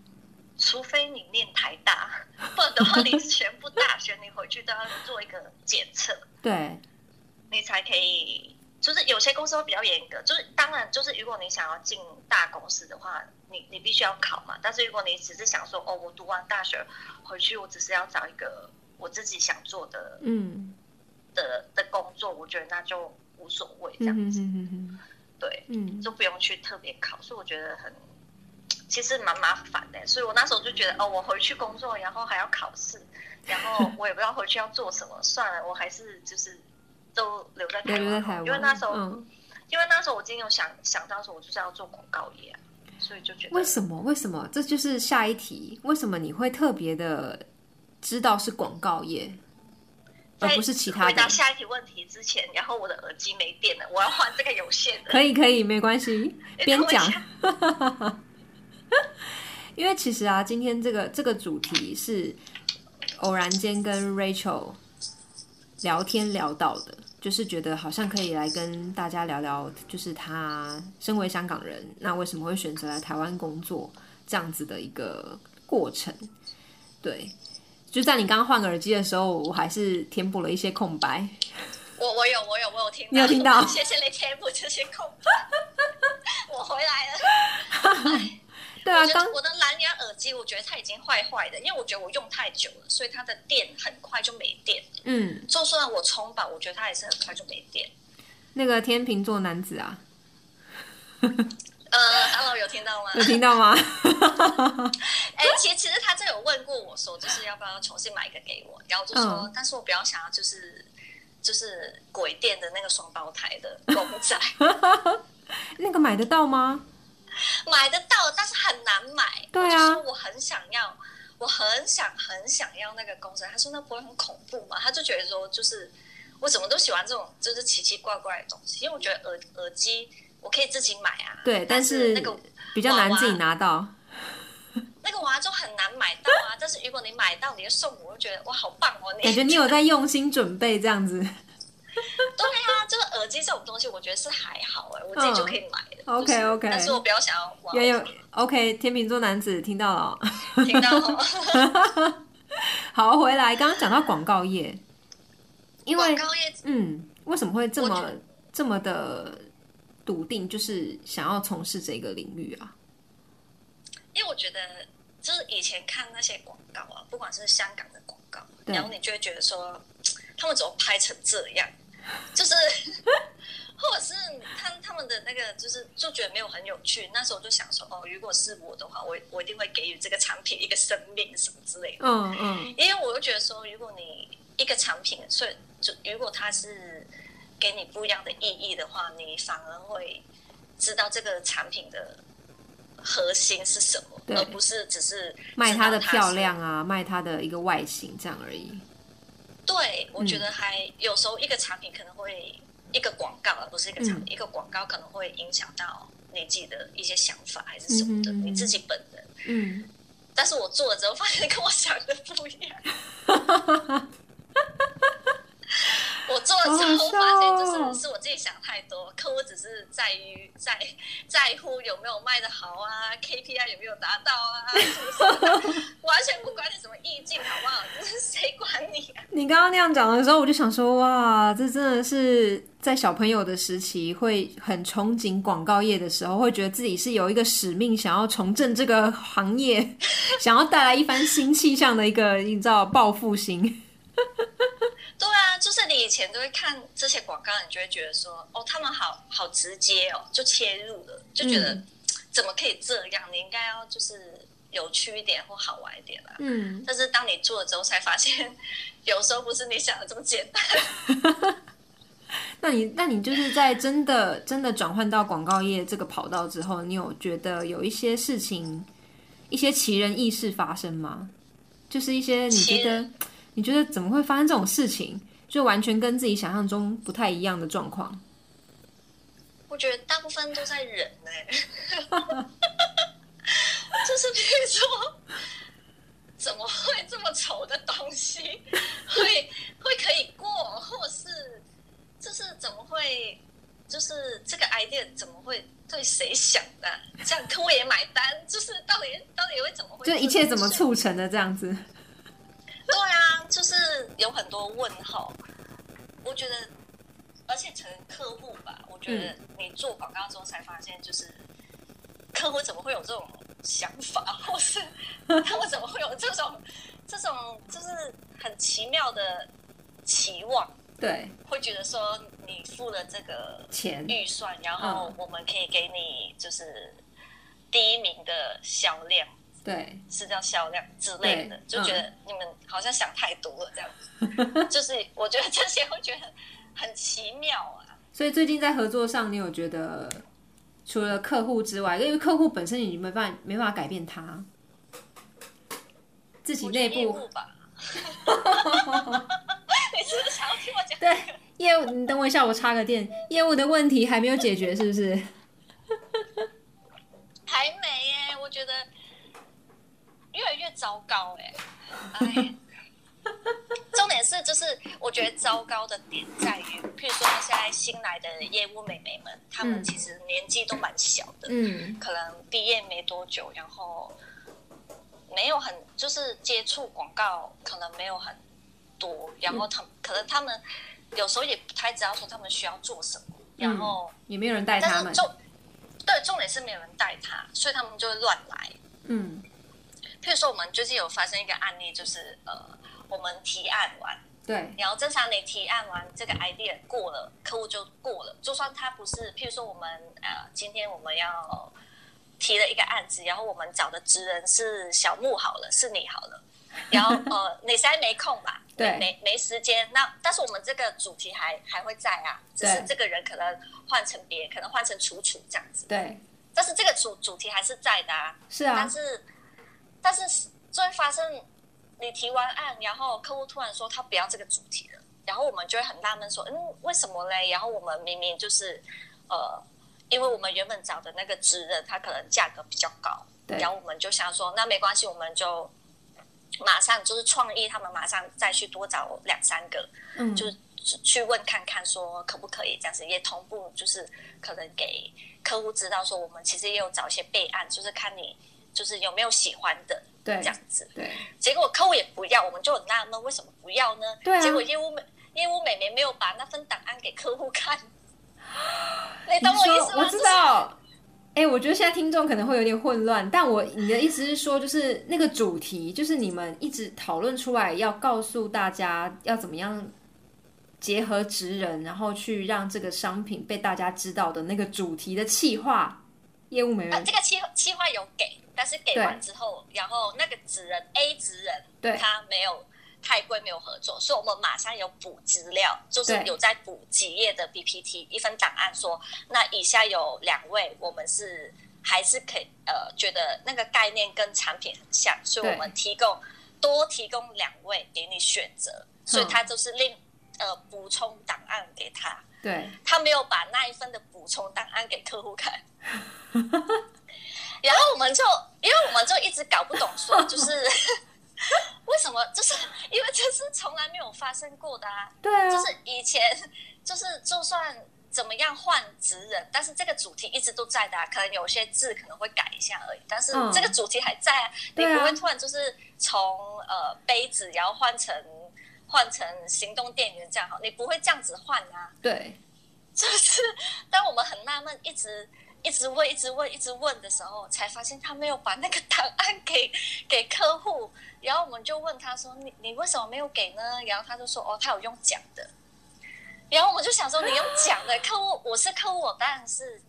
B: 除非你念台大， 不然的话，你全部大学你回去都要做一个检测。
A: 对，
B: 你才可以就是有些公司会比较严格，就是当然就是如果你想要进大公司的话，你你必须要考嘛。但是如果你只是想说哦，我读完大学回去，我只是要找一个我自己想做的
A: 嗯
B: 的的工作，我觉得那就无所谓这
A: 嗯
B: 样
A: 嗯
B: 子，
A: 嗯
B: 对，
A: 嗯
B: 就不用去特别考。所以我觉得很其实蛮麻烦的。所以我那时候就觉得哦，我回去工作，然后还要考试，然后我也不知道回去要做什么，算了，我还是就是都留在台
A: 嗯，
B: 湾
A: 留在
B: 好
A: 台
B: 了
A: 湾，
B: 因为那时候。
A: 嗯、
B: 因为那时候我今天有想想到说，我就是要做广告业、啊，所以就觉得
A: 为什么？为什么？这就是下一题，为什么你会特别的知道是广告业，而
B: 在
A: 不是其他
B: 回答
A: 的？
B: 下一题问题之前，然后我的耳机没电了，我要换这个有线的。
A: 可以可以，没关 系，
B: 哎
A: 边
B: 等我一
A: 讲
B: 下。
A: 因为其实啊，今天这个这个主题是偶然间跟 Rachel 聊天聊到的，就是觉得好像可以来跟大家聊聊，就是她身为香港人，那为什么会选择来台湾工作这样子的一个过程。对，就在你刚刚换耳机的时候，我还是填补了一些空白。
B: 我我有我有我有听到，
A: 你有听到
B: 谢谢你填补这些空白。我回来了。
A: 对啊
B: 我，觉
A: 刚
B: 得我的蓝牙耳机，我觉得它已经坏坏的，因为我觉得我用太久了，所以它的电很快就没电。
A: 嗯，
B: 就算我充饱，我觉得它也是很快就没电。
A: 那个天秤座男子啊，
B: 呃，Hello，有听到吗？
A: 有听到吗？
B: 哎、其实其实他这有问过我说，就是要不要重新买一个给我，然后我就说，
A: 嗯
B: 但是我比较想要就是就是鬼店的那个双胞胎的公仔，
A: 那个买得到吗？
B: 买得到，但是很难买。
A: 对
B: 我就
A: 啊
B: 说我很想要，我很想很想要那个公仔。他说那不会很恐怖吗？他就觉得说就是我怎么都喜欢这种就是奇奇怪怪的东西，因为我觉得耳耳机我可以自己买啊，
A: 对，但
B: 是
A: 是
B: 那个
A: 比较难自己拿到。
B: 那个娃娃就很难买到啊。但是如果你买到，你就送我，我就觉得哇好棒哦，你
A: 感 觉你有在用心准备这样子。
B: 对啊，就是耳机这种东西，我觉得是还好哎、我自己就可以买的。
A: 嗯
B: 就是
A: OK，OK
B: 但是我比较想要玩。
A: 也有 OK，天秤座男子听到了哦、
B: 听到吗
A: 好，回来刚刚讲到广告业，因为
B: 广告业
A: 嗯，为什么会这
B: 我觉
A: 么
B: 得
A: 这么的笃定，就是想要从事这个领域啊？
B: 因为我觉得就是以前看那些广告啊，不管是香港的广告，
A: 对
B: 然后你就会觉得说，他们怎么拍成这 样？就是 或者是他他们的那个，就是就觉得没有很有趣。那时候我就想说，哦，如果是我的话，我我一定会给予这个产品一个生命什么之类的。
A: 嗯嗯
B: 因为我就觉得说，如果你一个产品，所以就如果它是给你不一样的意义的话，你反而会知道这个产品的核心是什么，
A: 对
B: 而不是只是
A: 卖
B: 知道
A: 它
B: 它
A: 的
B: 是
A: 漂。亮啊，卖它的一个外形这样而已。
B: 对，我觉得还有时候一个产品可能会一个广告，而不是一个产
A: 嗯
B: 品，一个广告可能会影响到你自己的一些想法还是什么
A: 嗯
B: 的，
A: 哼嗯哼
B: 你自己本人。
A: 嗯，
B: 但是我做了之后，发现跟我想的不一样。我做了之后，发现就是是我自己想太多，客户只是在于在在乎有没有卖的好啊，KPI 有没有达到啊，什么什么的 完全不管你什么意境，好不好？就是谁管你啊？
A: 你刚刚那样讲的时候，我就想说，哇，这真的是在小朋友的时期会很憧憬广告业的时候，会觉得自己是有一个使命，想要重振这个行业， 想要带来一番新气象的一个，你知道，报复心。
B: 对啊，就是你以前都会看这些广告，你就会觉得说，哦，他们好好直接哦，就切入了，就觉得、
A: 嗯
B: 怎么可以这样？你应该要就是有趣一点或好玩一点啦、
A: 嗯，
B: 但是当你做了之后，才发现 有时候不是你想的这么简单。
A: 那你那你就是在真的真的转换到广告业这个跑道之后，你有觉得有一些事情，一些奇人异事发生吗？就是一些你觉
B: 奇
A: 得
B: 人
A: 你觉得怎么会发生这种事情，就完全跟自己想象中不太一样的状况。
B: 我觉得大部分都在忍呢、 就是比如说，怎么会这么丑的东西会会可以过，或是就是怎么会，就是这个 idea 怎么会对谁想的、啊这样客户也买单，就是到底到底会怎么会这
A: 就
B: 样？
A: 一切怎么
B: 就是
A: 促成的这样子。
B: 对啊，就是有很多问号。我觉得，而且成客户吧，我觉得你做广告之后才发现，就是客户怎么会有这种想法，或是他们怎么会有这种这种就是很奇妙的期望，
A: 对，
B: 会觉得说你付了这个
A: 钱，
B: 预算，然后我们可以给你就是第一名的销量，
A: 对，
B: 是叫销量之类
A: 对，
B: 的
A: 嗯
B: 就觉得你们好像想太多了这样 子。就是我觉得这些会觉得很奇妙啊。
A: 所以最近在合作上，你有觉得除了客户之外，因为客户本身你没办法没办法改变他，自己
B: 我觉得
A: 内
B: 业
A: 部
B: 务吧， 你是不是想要听我 讲？
A: 对业务，你等我一下，我插个电，业务的问题还没有解决，是不是？
B: 还没耶、我觉得越来越糟糕哎、 哎，重点是就是我觉得糟糕的点在于，譬如说现在新来的业务美眉们，她们
A: 嗯
B: 其实年纪都蛮小的，
A: 嗯
B: 可能毕业没多久，然后没有很就是接触广告，可能没有很多，然
A: 嗯
B: 后他们可能他们有时候也不太知道说他们需要做什么，然后。
A: 也没有人嗯带
B: 但
A: 他
B: 是
A: 们，
B: 重对重点是没有人带他，所以他们就会乱来。
A: 嗯，
B: 譬如说，我们最近有发生一个案例，就是呃，我们提案完，
A: 对，
B: 然后正常你提案完这个 idea 过了，客户就过了。就算他不是，譬如说我们呃，今天我们要提了一个案子，然后我们找的职人是小木好了，是你好了，然后呃， 你现在没空吧？
A: 对
B: 没没时间。那但是我们这个主题还还会在啊，只是
A: 对
B: 这个人可能换成别，可能换成楚楚这样子。
A: 对，
B: 但是这个主主题还是在的啊，
A: 是啊
B: 但，是但是就会发生你提完案，然后客户突然说他不要这个主题了，然后我们就会很纳闷说，嗯，为什么嘞？然后我们明明就是呃，因为我们原本找的那个职人他可能价格比较高，
A: 对
B: 然后我们就想说，那没关系，我们就马上就是创意，他们马上再去多找两三个，
A: 嗯，
B: 就去问看看，说可不可以这样子，也同步就是可能给客户知道说，我们其实也有找一些备案，就是看你就是有没有喜欢的
A: 对
B: 这样哎子。
A: 对，
B: 结果客户也不要，我们就很纳闷，为什么不要呢？
A: 对啊
B: 结果业务美业务美眉没有把那份档案给客户看，你懂我
A: 你
B: 意
A: 说
B: 思吗？
A: 我知道。哎、我觉得现在听众可能会有点混乱，但我你的意思是说，就是那个主题，就是你们一直讨论出来，要告诉大家要怎么样结合职人，然后去让这个商品被大家知道的那个主题的企划，业务美
B: 就是、啊
A: 人，
B: 这个计计划有给，但是给
A: 对
B: 完之后，然后那个职人 A 职人
A: 对
B: 他没有太贵，没有合作，所以我们马上有补资料，就是
A: 对
B: 有在补几页的 PPT 一份档案说，那以下有两位我们是还是可以呃觉得那个概念跟产品很像，所以
A: 对
B: 我们提供多提供两位给你选择，所以
A: 嗯
B: 他就是另呃补充档案给他，
A: 对，
B: 他没有把那一份的补充档案给客 户看，然后我们就，因为我们就一直搞不懂，说就是 为什么，就是因为这是从来没有发生过的啊，
A: 对啊，
B: 就是以前就是就算怎么样换职人，但是这个主题一直都在的、啊，可能有些字可能会改一下而已，但是
A: 嗯
B: 这个主题还在啊，你
A: 对啊
B: 不会突然就是从呃杯子然后换成换成行动电源这样好，你不会这样子换啊。
A: 对，
B: 就是当我们很纳闷，一直一直问、一直问、一直问的时候，才发现他没有把那个档案给给客户。然后我们就问他说：“你你为什么没有给呢？”然后他就说：“哦，他有用讲的。”然后我们就想说：“你用讲的客户，我是客户，我当然是。”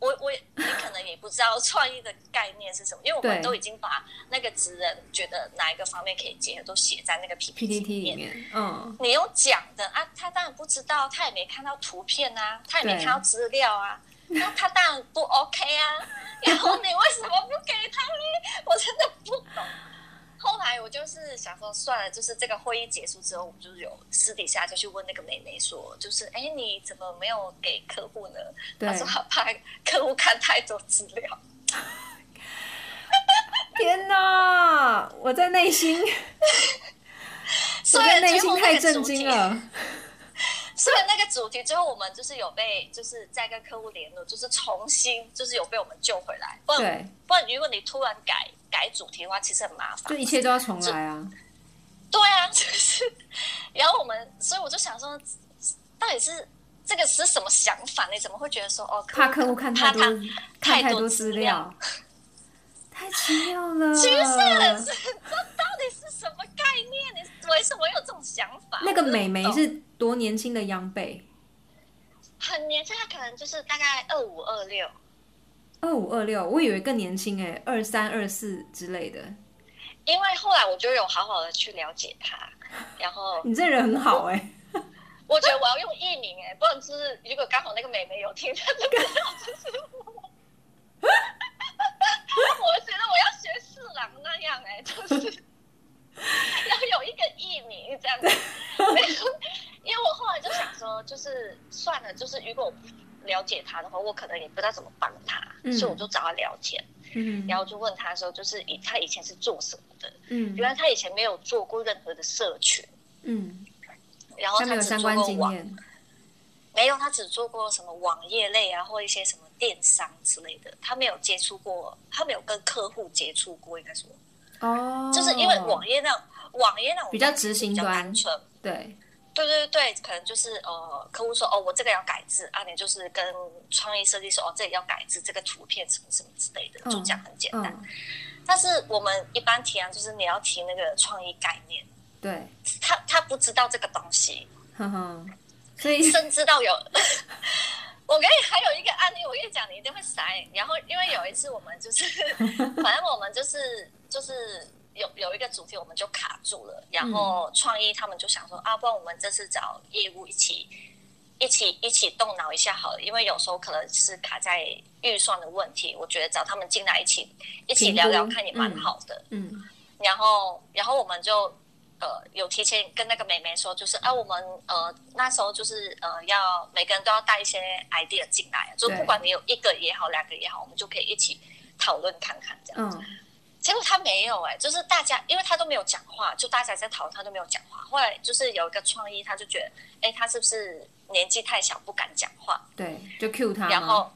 B: 我我你可能也不知道创意的概念是什么，因为我们
A: 对
B: 都已经把那个职人觉得哪一个方面可以结合都写在那个 PPT
A: PPT
B: 里
A: 里
B: 面。
A: 面，嗯，
B: 你用讲的啊，他当然不知道，他也没看到图片啊，他也没
A: 对
B: 看到资料啊，那他当然不 OK 啊。然后你为什么不给他呢？我真的不懂。后来我就是想说，算了，就是这个会议结束之后，我就有私底下就去问那个妹妹说，就是哎，你怎么没有给客户呢？
A: 对
B: 她，说她怕客户看太多资料。
A: 天哪，我在内 心，我在内心太震惊了，
B: 所以那个主题最后我们就是有被，就是在跟客户联络，就是重新就是有被我们救回来。不然
A: 对，
B: 不然，如果你突然改改主题的话，其实很麻
A: 就
B: 烦。
A: 一切都要重来啊，
B: 对啊，就是。然后我们，所以我就想说，到底是这个是什么想法？你怎么会觉得说哦，
A: 怕客户看
B: 怕
A: 太
B: 他
A: 多看
B: 太
A: 太
B: 多
A: 多
B: 资
A: 资
B: 料
A: 料，太奇妙了。
B: 其实
A: 嗯
B: 是这到底是什么概念？你 为什么有这种想法？
A: 那个
B: 我真的
A: 美眉
B: 不懂
A: 是多年轻的央贝，
B: 很年轻，她可能就是大概二五二六。
A: 二五二六，我以为更年轻哎，二三二四之类的。
B: 因为后来我就有好好的去了解她，然后
A: 你这人很好哎、
B: 我觉得我要用艺名哎、不然就是如果刚好那个美眉有听，她就知道这 是我。我觉得我要学四郎那样哎、就是要有一个艺名 这样子。没有因为我后来就想说，就是算了，就是如果我不了解他的话，我可能也不知道怎么帮他，
A: 嗯
B: 所以我就找他聊天，
A: 嗯
B: 然后就问他说，就是以他以前是做什么的？
A: 嗯
B: 原来他以前没有做过任何的社群，
A: 嗯，
B: 然后
A: 他没有
B: 只
A: 相
B: 做
A: 关
B: 过
A: 经
B: 网
A: 验。
B: 没有，他只做过什么网页类啊，或一些什么电商之类的，他没有接触过，他没有跟客户接触过，应该说，
A: 哦，
B: 就是因为网页那种网页那种
A: 比较
B: 东西
A: 执行
B: 比较
A: 端
B: 单纯，
A: 对，
B: 对对对，可能就是呃，客户说哦，我这个要改字啊，你就是跟创意设计说哦，这里要改字，这个图片什么什么之类的，
A: 嗯
B: 就这样很简单。
A: 嗯，
B: 但是我们一般提案就是你要提那个创意概念，
A: 对，
B: 他他不知道这个东西，
A: 呵呵，所以
B: 甚至到有，我跟你还有一个案例，我跟你讲，你一定会傻眼。然后因为有一次我们就是，反正我们就是就是有有一个主题我们就卡住了，
A: 嗯
B: 然后创意他们就想说、啊，不然我们这次找业务一起。一起一起动脑一下好了，因为有时候可能是卡在预算的问题，我觉得找他们进来一起一起
A: 评估
B: 聊聊看也蛮
A: 嗯
B: 好的。
A: 嗯
B: 然后然后我们就呃有提前跟那个美眉说，就是啊我们呃那时候就是呃要每个人都要带一些 idea 进来，就
A: 对
B: 不管你有一个也好，两个也好，我们就可以一起讨论看看这样。
A: 嗯
B: 结果他没有哎、就是大家因为他都没有讲话，就大家在讨论他都没有讲话。后来就是有一个创意，他就觉得哎他是不是年纪太小不敢讲话，
A: 对，就 Q 他嘛，
B: 然后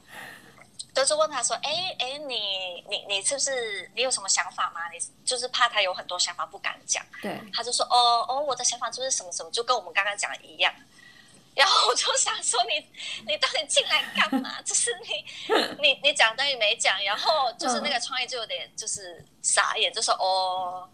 B: 就是问他说：“哎哎，你你你是不是你有什么想法吗？你就是怕他有很多想法不敢讲。”
A: 对，
B: 他就说：“哦哦，我的想法就是什么什么，就跟我们刚刚讲的一样。”然后我就想说你，你到底进来干嘛？ 就是你你你讲等于没讲，然后就是那个创业就有点就是傻眼，就说哦，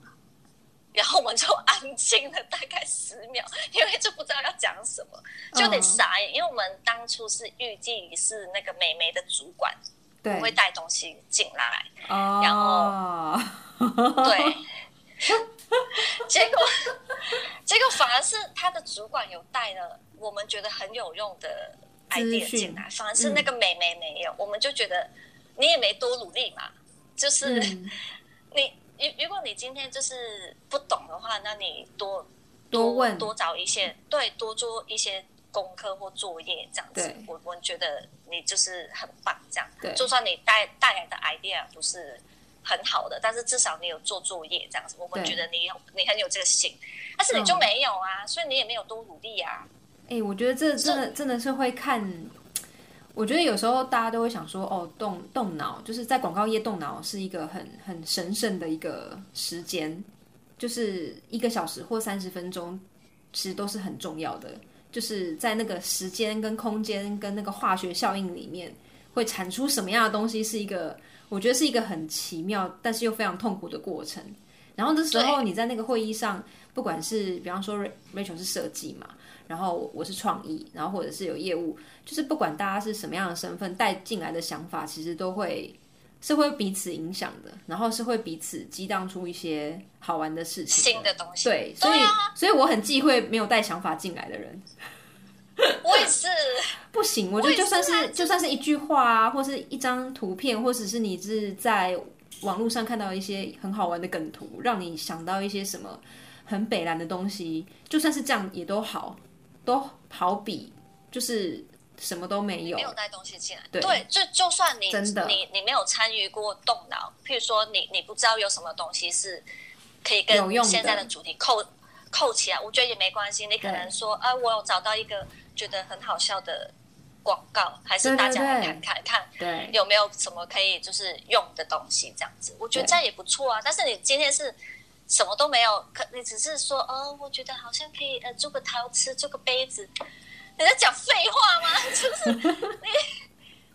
B: 然后我们就安静了大概十秒， 因为就不知道要讲什么，就有点
A: 嗯
B: 傻眼。因为我们当初是预计是那个美眉的主管
A: 对，
B: 会带东西进来，
A: 哦，
B: 然
A: 后
B: 对，结果结果反而是他的主管有带了我们觉得很有用的
A: 资
B: idea
A: 讯
B: 进来，反而是那个美眉没有，我们就觉得你也没多努力嘛，就是、
A: 嗯
B: 你如如果你今天就是不懂的话，那你多
A: 多问
B: 多找一些，对，多做一些功课或作业这样子
A: 对。
B: 我我觉得你就是很棒，这样
A: 对。
B: 就算你带带来的 idea 不是很好的，但是至少你有做作业这样子，我们
A: 对
B: 觉得你有你很有这个心，但是你就
A: 嗯
B: 没有啊，所以你也没有多努力啊。
A: 哎、我觉得这真的真的是会看。我觉得有时候大家都会想说，哦，动动脑，就是在广告业动脑是一个很很神圣的一个时间，就是一个小时或三十分钟，其实都是很重要的。就是在那个时间跟空间跟那个化学效应里面，会产出什么样的东西，是一个我觉得是一个很奇妙，但是又非常痛苦的过程。然后这时候你在那个会议上，不管是比方说 Ra- Rachel 是设计嘛，然后我是创意，然后或者是有业务，就是不管大家是什么样的身份带进来的想法，其实都会是会彼此影响的，然后是会彼此激荡出一些好玩的事情。
B: 新的东西，
A: 对，所以、
B: 对啊
A: 所以我很忌讳没有带想法进来的人。
B: 我也是，
A: 不行，我觉
B: 我
A: 得
B: 也
A: 就算
B: 是啊
A: 是就算是一句话啊，或是一张图片，或者是你是在网络上看到一些很好玩的梗图，让你想到一些什么很北蓝的东西，就算是这样也都好，都好比就是什么都没有
B: 没。有带东西进来。
A: 对
B: 就就算你
A: 真的
B: 你你没有参与过动脑，譬如说你你不知道有什么东西是可以
A: 有
B: 跟
A: 用的
B: 现在的主题扣扣起来，我觉得也没关系。你可
A: 对
B: 能说，啊，我有找到一个觉得很好笑的广告，还是
A: 对对
B: 大家来
A: 对
B: 看看看
A: 对，
B: 有没有什么可以就是用的东西这样子，我觉得
A: 对
B: 这样也不错啊。但是你今天是什么都没有，可你只是说哦，我觉得好像可以呃做个陶瓷，做个杯子，你在讲废话吗？ 就是你，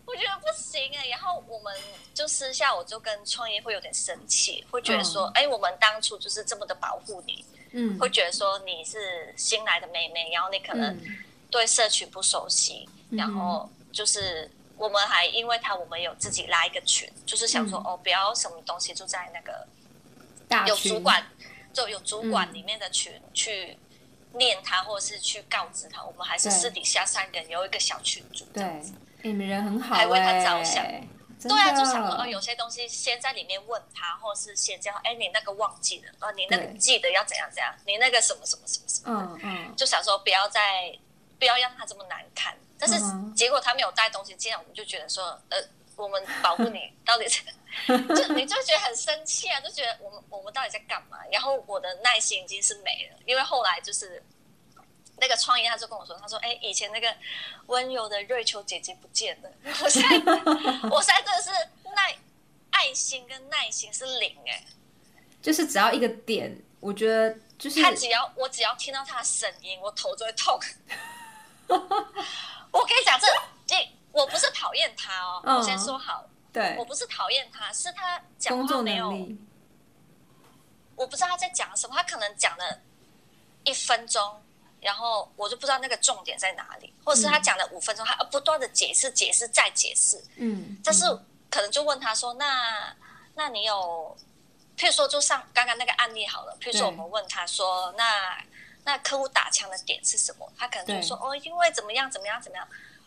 B: 我觉得不行哎、然后我们就私下我就跟创业会有点生气，会觉得说，哎、我们当初就是这么的保护你，
A: 嗯
B: 会觉得说你是新来的妹妹，然后你可能
A: 嗯
B: 对社群不熟悉，
A: 嗯
B: 然后就是我们还因为他，我们有自己拉一个群，就是想说、
A: 嗯
B: 哦，不要什么东西就在那个
A: 大
B: 有
A: 群
B: 主管就有主管
A: 嗯
B: 里面的群、去念他，或者是去告知他。我们还是
A: 对
B: 私底下三个人有一个小群组这
A: 对，
B: 样
A: 哎
B: 子。、
A: 你们人很好、哎，
B: 还为他着想
A: 真的，
B: 对啊，就想说哦，有些东西先在里面问他，或者是先这样，哎，你那个忘记了，哦，你那个
A: 对
B: 记得要怎样怎样，你那个什么什么什么什么的，
A: 嗯嗯，
B: 就想说不要再不要让他这么难看。但是
A: 嗯哼
B: 结果他没有带东西进来，我们就觉得说，呃，我们保护你 到底是，就你就觉得很生气啊，就觉得我们我们到底在干嘛？然后我的耐心已经是没了，因为后来就是那个创业他就跟我说，他说，哎，以前那个温柔的瑞秋姐姐不见了，我 现在我现在真的是耐爱心跟耐心是零哎、
A: 就是只要一个点，我觉得就是
B: 他只要我只要听到他的声音，我头就会痛。 我跟你讲，这这我不是讨厌他哦，
A: 嗯
B: 我先说好，
A: 对
B: 我不是讨厌他，是他讲
A: 工
B: 话
A: 作
B: 没
A: 能
B: 有，
A: 力，
B: 我不知道他在讲什么，他可能讲了一分钟。然后我就不知道那个重点在哪里，或者是他讲了五分钟，他不断的解释、解释再解释，
A: 嗯，
B: 但是可能就问他说：“那那你有，譬如说就上刚刚那个案例好了，譬如说我
A: 对
B: 们问他说，那那客户打枪的点是什么？他可能
A: 对
B: 就说哦，因为怎么样怎么样怎么样。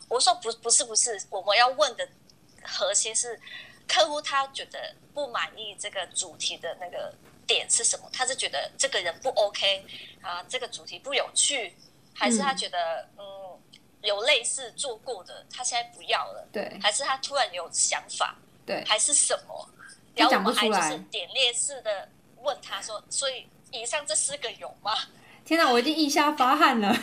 B: 我说不不是不是，我们要问的核心是客户他觉得不满意这个主题的那个点是什么？他是觉得这个人不 OK 啊，这个主题不有趣，还是他
A: 嗯
B: 觉得嗯有类似做过的，他现在不要了？
A: 对
B: 还是他突然有想法，
A: 对，
B: 还是什么？
A: 他
B: 然后我
A: 讲不
B: 们还
A: 出来
B: 就是点列式的问他说，所以以上这四个有吗？
A: 天哪，我已经腋下发汗了，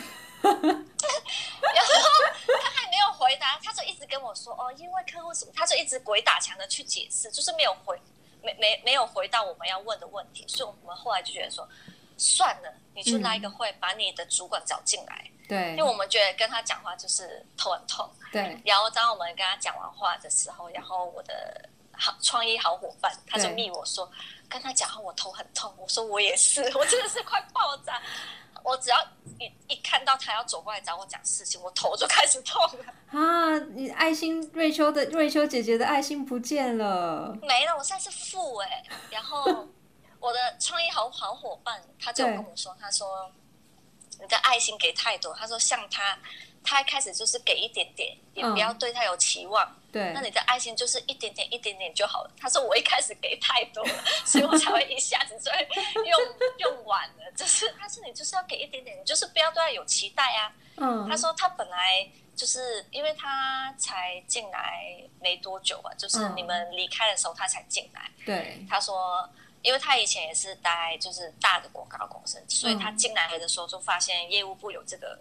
B: 他还没有回答，他就一直跟我说哦，因为客户什么，他就一直鬼打墙的去解释，就是没有回，没没没有回到我们要问的问题，所以我们后来就觉得说，算了，你去拉一个会，把你的主管找进来，
A: 嗯对，
B: 因为我们觉得跟他讲话就是头很痛。
A: 对
B: 然后当我们跟他讲完话的时候，然后我的好创意好伙伴他就
A: 对
B: 密我说，跟他讲话我头很痛，我说我也是， 我真的是快爆炸。我只要一一看到他要走过来找我讲事情，我头就开始痛了。
A: 啊，你爱心瑞秋的瑞秋姐姐的爱心不见了，
B: 没了，我现在是负哎、然后我的创意好好伙伴他就
A: 对
B: 跟我说，他说你的爱心给太多，他说像他，他一开始就是给一点点，也
A: 嗯
B: 不要对他有期望。
A: 对
B: 那，你的爱心就是一点点一点点就好了。他说我一开始给太多了，所以我才会一下子就会用用完了。就是他说你就是要给一点点，你就是不要对他有期待啊。
A: 嗯，
B: 他说他本来就是因为他才进来没多久啊，就是
A: 嗯
B: 你们离开的时候他才进来。
A: 对
B: 他说，因为他以前也是待就是大的广告公司，所以他
A: 嗯
B: 进来的时候就发现业务部有这个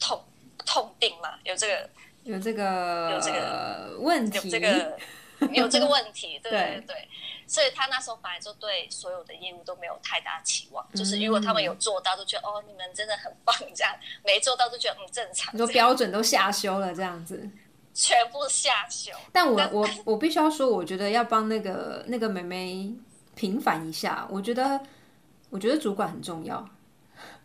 B: 痛痛病嘛，有这个
A: 有这个
B: 有这
A: 问
B: 有
A: 题，
B: 这 个有这个问题，对
A: 对
B: 对对，所以他那时候本来就对所有的业务都没有太大期望，就是如果他们
A: 嗯
B: 有做到，就觉得哦你们真的很棒这样；没做到就觉得嗯正常
A: 你，说标准都下修了这样子。
B: 全部下修。
A: 但我
B: 但
A: 我我必须要说，我觉得要帮那个那个妹妹平反一下。我觉得，我觉得主管很重要。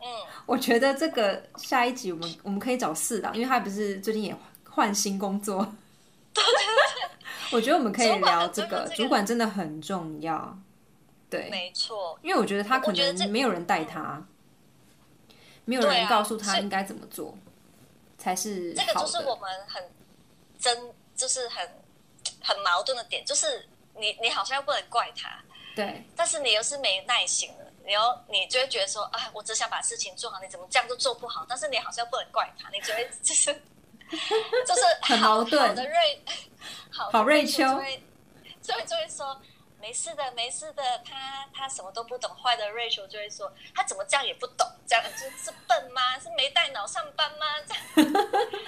B: 嗯，
A: 我觉得这个下一集我们我们可以找四郎，因为他不是最近也换新工作。我觉得我们可以聊这个，
B: 主
A: 主
B: 管
A: 管真的很重要。对，
B: 没错，
A: 因为我觉得他可
B: 我觉得这嗯
A: 能没有人带他，没有
B: 对
A: 人
B: 啊
A: 告诉他
B: 所以
A: 应该怎么做才是
B: 这个
A: 好
B: 就是我
A: 的。
B: 们很真，就是很很矛盾的点，就是你你好像又不能怪他，
A: 对
B: 但是你又是没耐心了，然后你就会觉得说，哎，我只想把事情做好，你怎么这样就做不好？但是你好像不能怪他，你觉得就是就是
A: 很
B: 好
A: 矛盾
B: 好的瑞，好的
A: 好瑞秋
B: 就会就会就会说。没事的，没事的，他他什么都不懂。坏的瑞秋就会说，他怎么这样也不懂，这样就是笨吗？是没带脑上班吗？这样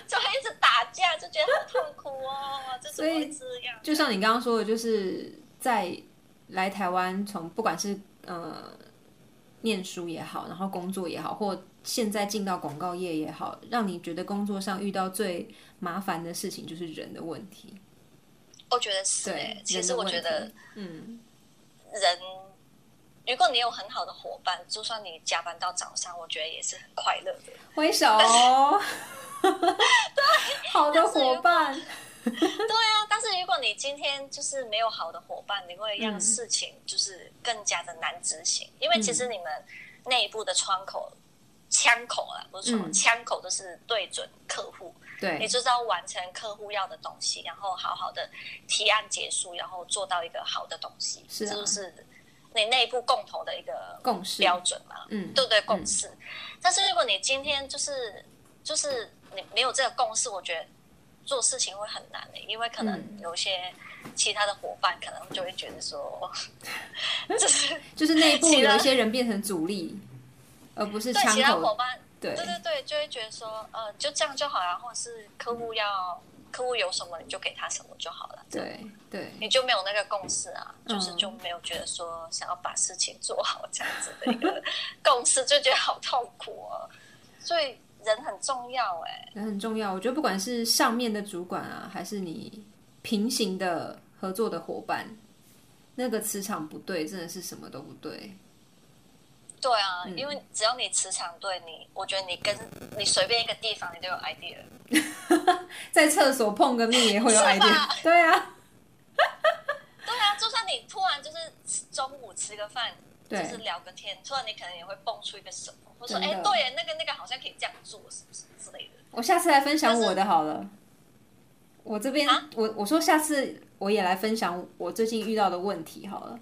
B: 就会一直打架，就觉得好痛苦哦，就怎
A: 所以
B: 么会这样？
A: 就像你刚刚说的，就是在来台湾从不管是呃念书也好，然后工作也好，或现在进到广告业也好，让你觉得工作上遇到最麻烦的事情就是人的问题。
B: 我觉得是、
A: 对
B: 欸，，其
A: 人
B: 实
A: 的
B: 我
A: 问
B: 觉得
A: 题，嗯，
B: 人，如果你有很好的伙伴，就算你加班到早上，我觉得也是很快乐的。
A: 挥手哦，好的伙伴，
B: 对啊，但是如果你今天就是没有好的伙伴，你会让
A: 嗯
B: 事情就是更加的难执行，因为其
A: 嗯
B: 实你们内部的窗口、枪口啦，不是窗口，
A: 嗯
B: 枪口就是对准客户，你
A: 对，
B: 就是要完成客户要的东西，然后好好的提案结束，然后做到一个好的东西，
A: 是啊
B: 这就是你内部共同的一个
A: 共识，
B: 标准嘛，
A: 嗯，
B: 对不对？共识。但是如果你今天就是就是你没有这个共识，我觉得做事情会很难的、因为可能
A: 嗯
B: 有些其他的伙伴可能就会觉得说，就是
A: 就是内部
B: 其他
A: 有一些人变成阻力，而不是
B: 对
A: 枪
B: 其他伙
A: 口，
B: 伴
A: 对
B: 对对对，就会觉得说，呃，就这样就好了，或者是客户要客户有什么你就给他什么就好了，
A: 对对，
B: 你就没有那个共识啊，
A: 嗯
B: 就是就没有觉得说想要把事情做好这样子的一个 共识，就觉得好痛苦哦。所以人很重要哎、
A: 也很重要。我觉得不管是上面的主管啊，还是你平行的合作的伙伴，那个磁场不对，真的是什么都不对。
B: 对啊，
A: 嗯
B: 因为只要你磁场对你，我觉得你跟你随便一个地方你都有 idea，
A: 在厕所碰个面也会有
B: 是吧
A: idea，对啊，
B: 对啊，就算你突然就是吃中午吃个饭，就
A: 对
B: 是聊个天，突然你可能也会蹦出一个什么，或者说
A: 真
B: 哎
A: 的，
B: 对耶，那个那个好像可以这样做，是 不是之类的？
A: 我下次来分享我
B: 但
A: 的好了。我这边，
B: 啊
A: 我我说下次我也来分享我最近遇到的问题好了。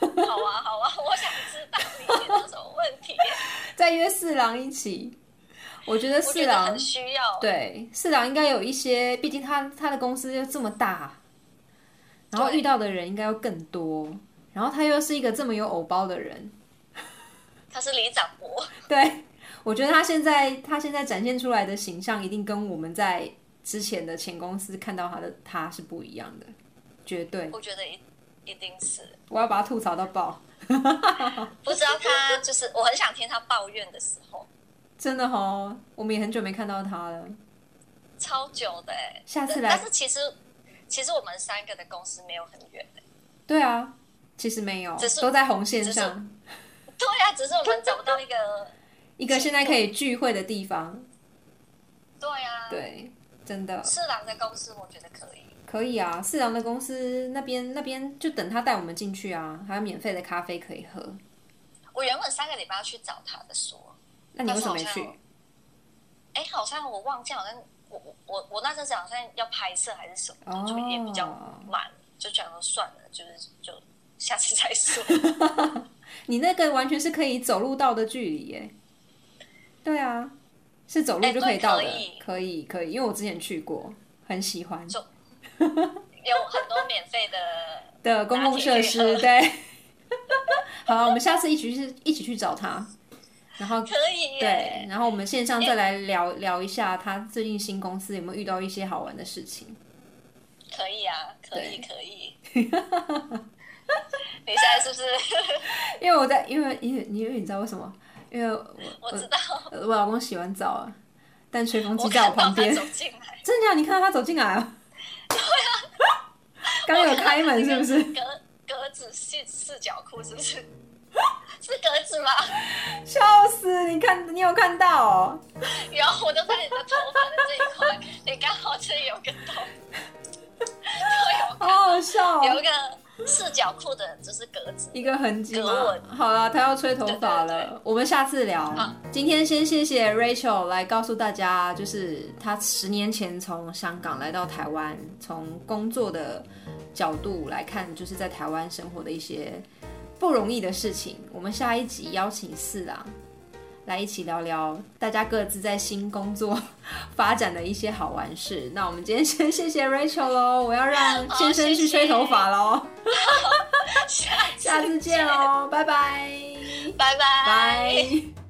B: 好啊，好啊，我想知道你遇到什么 问题耶，
A: 啊再约四郎一起，我觉得
B: 我
A: 四
B: 觉得
A: 郎
B: 很需要。
A: 对，市长应该有一些，毕竟他他的公司又这么大，然后
B: 对
A: 遇到的人应该要更多，然后他又是一个这么有偶包的人，
B: 他是李长博，
A: 对我觉得他现在他现在展现出来的形象，一定跟我们在之前的前公司看到他的他是不一样的，绝对，
B: 我觉得一一定是，
A: 我要把他吐槽到爆，
B: 不知道他就是，我很想听他抱怨的时候，
A: 真的哦，我们也很久没看到他了，
B: 超久的哎。
A: 下次来
B: 但，是其实其实我们三个的公司没有很远耶
A: 对啊，其实没有
B: 只，是
A: 都在红线
B: 只是
A: 上，
B: 对啊，只是我们找不到一个，
A: 一个现在可以聚会的地方，
B: 对啊，，
A: 对，真的。
B: 四郎的公司我觉得可以，
A: 可以啊，四郎的公司那边那边就等他带我们进去啊，还有免费的咖啡可以喝。
B: 我原本三个礼拜要去找他的说，
A: 那你为什么没
B: 但是好哦
A: 去
B: 像？哎，好像我忘记，好像我我我我那阵子好像要拍摄还是什么的，
A: 哦
B: 就也比较慢，就想说算了，就是就下次再说。
A: 你那个完全是可以走路到的距离耶。对啊，是走路
B: 哎
A: 就可以到的，
B: 对可以
A: 可以可以，因为我之前去过，很喜欢
B: 就有很多免费的，
A: 的公共设
B: 嗯拿
A: 施。
B: 铁
A: 对， 好啊，我们下次一起去一起去找他，然后
B: 可以
A: 对，
B: 耶，
A: 然后我们线上
B: 哎
A: 再来聊聊一下他最近新公司有没有遇到一些好玩的事情。
B: 可以啊，可以
A: 对
B: 可 以。你现在是不是？
A: 因为我在，因为因为因为你知道为什么？因为我
B: 我知道，
A: 我老公洗完澡啊，但吹风机
B: 我
A: 在
B: 看到
A: 旁
B: 他
A: 边
B: 走。进来，
A: 真的假的？你看到他走进来啊？
B: 啊
A: 刚有开门是不是？
B: 格格子四四角裤是不 是？是格子吗？
A: 笑死！你看，你有看到哦？
B: 然后我就在你的头发的这一块，你刚好这里有个洞，
A: 好好笑
B: 有一
A: 哦！
B: 个四角裤的，就是格子。
A: 一个痕迹
B: 格
A: 吗
B: 纹？
A: 好啦，他要吹头发
B: 对对
A: 了，我们下次聊
B: 好。
A: 今天先谢谢 Rachel 来告诉大家，就是她十年前从香港来到台湾，从工作的角度来看，就是在台湾生活的一些不容易的事情。我们下一集邀请四郎来一起聊聊大家各自在新工作发展的一些好玩事。那我们今天先谢谢 Rachel 喽，我要让先生去吹头发喽，
B: 下
A: 下次见喽，拜拜，
B: 拜拜。
A: 拜。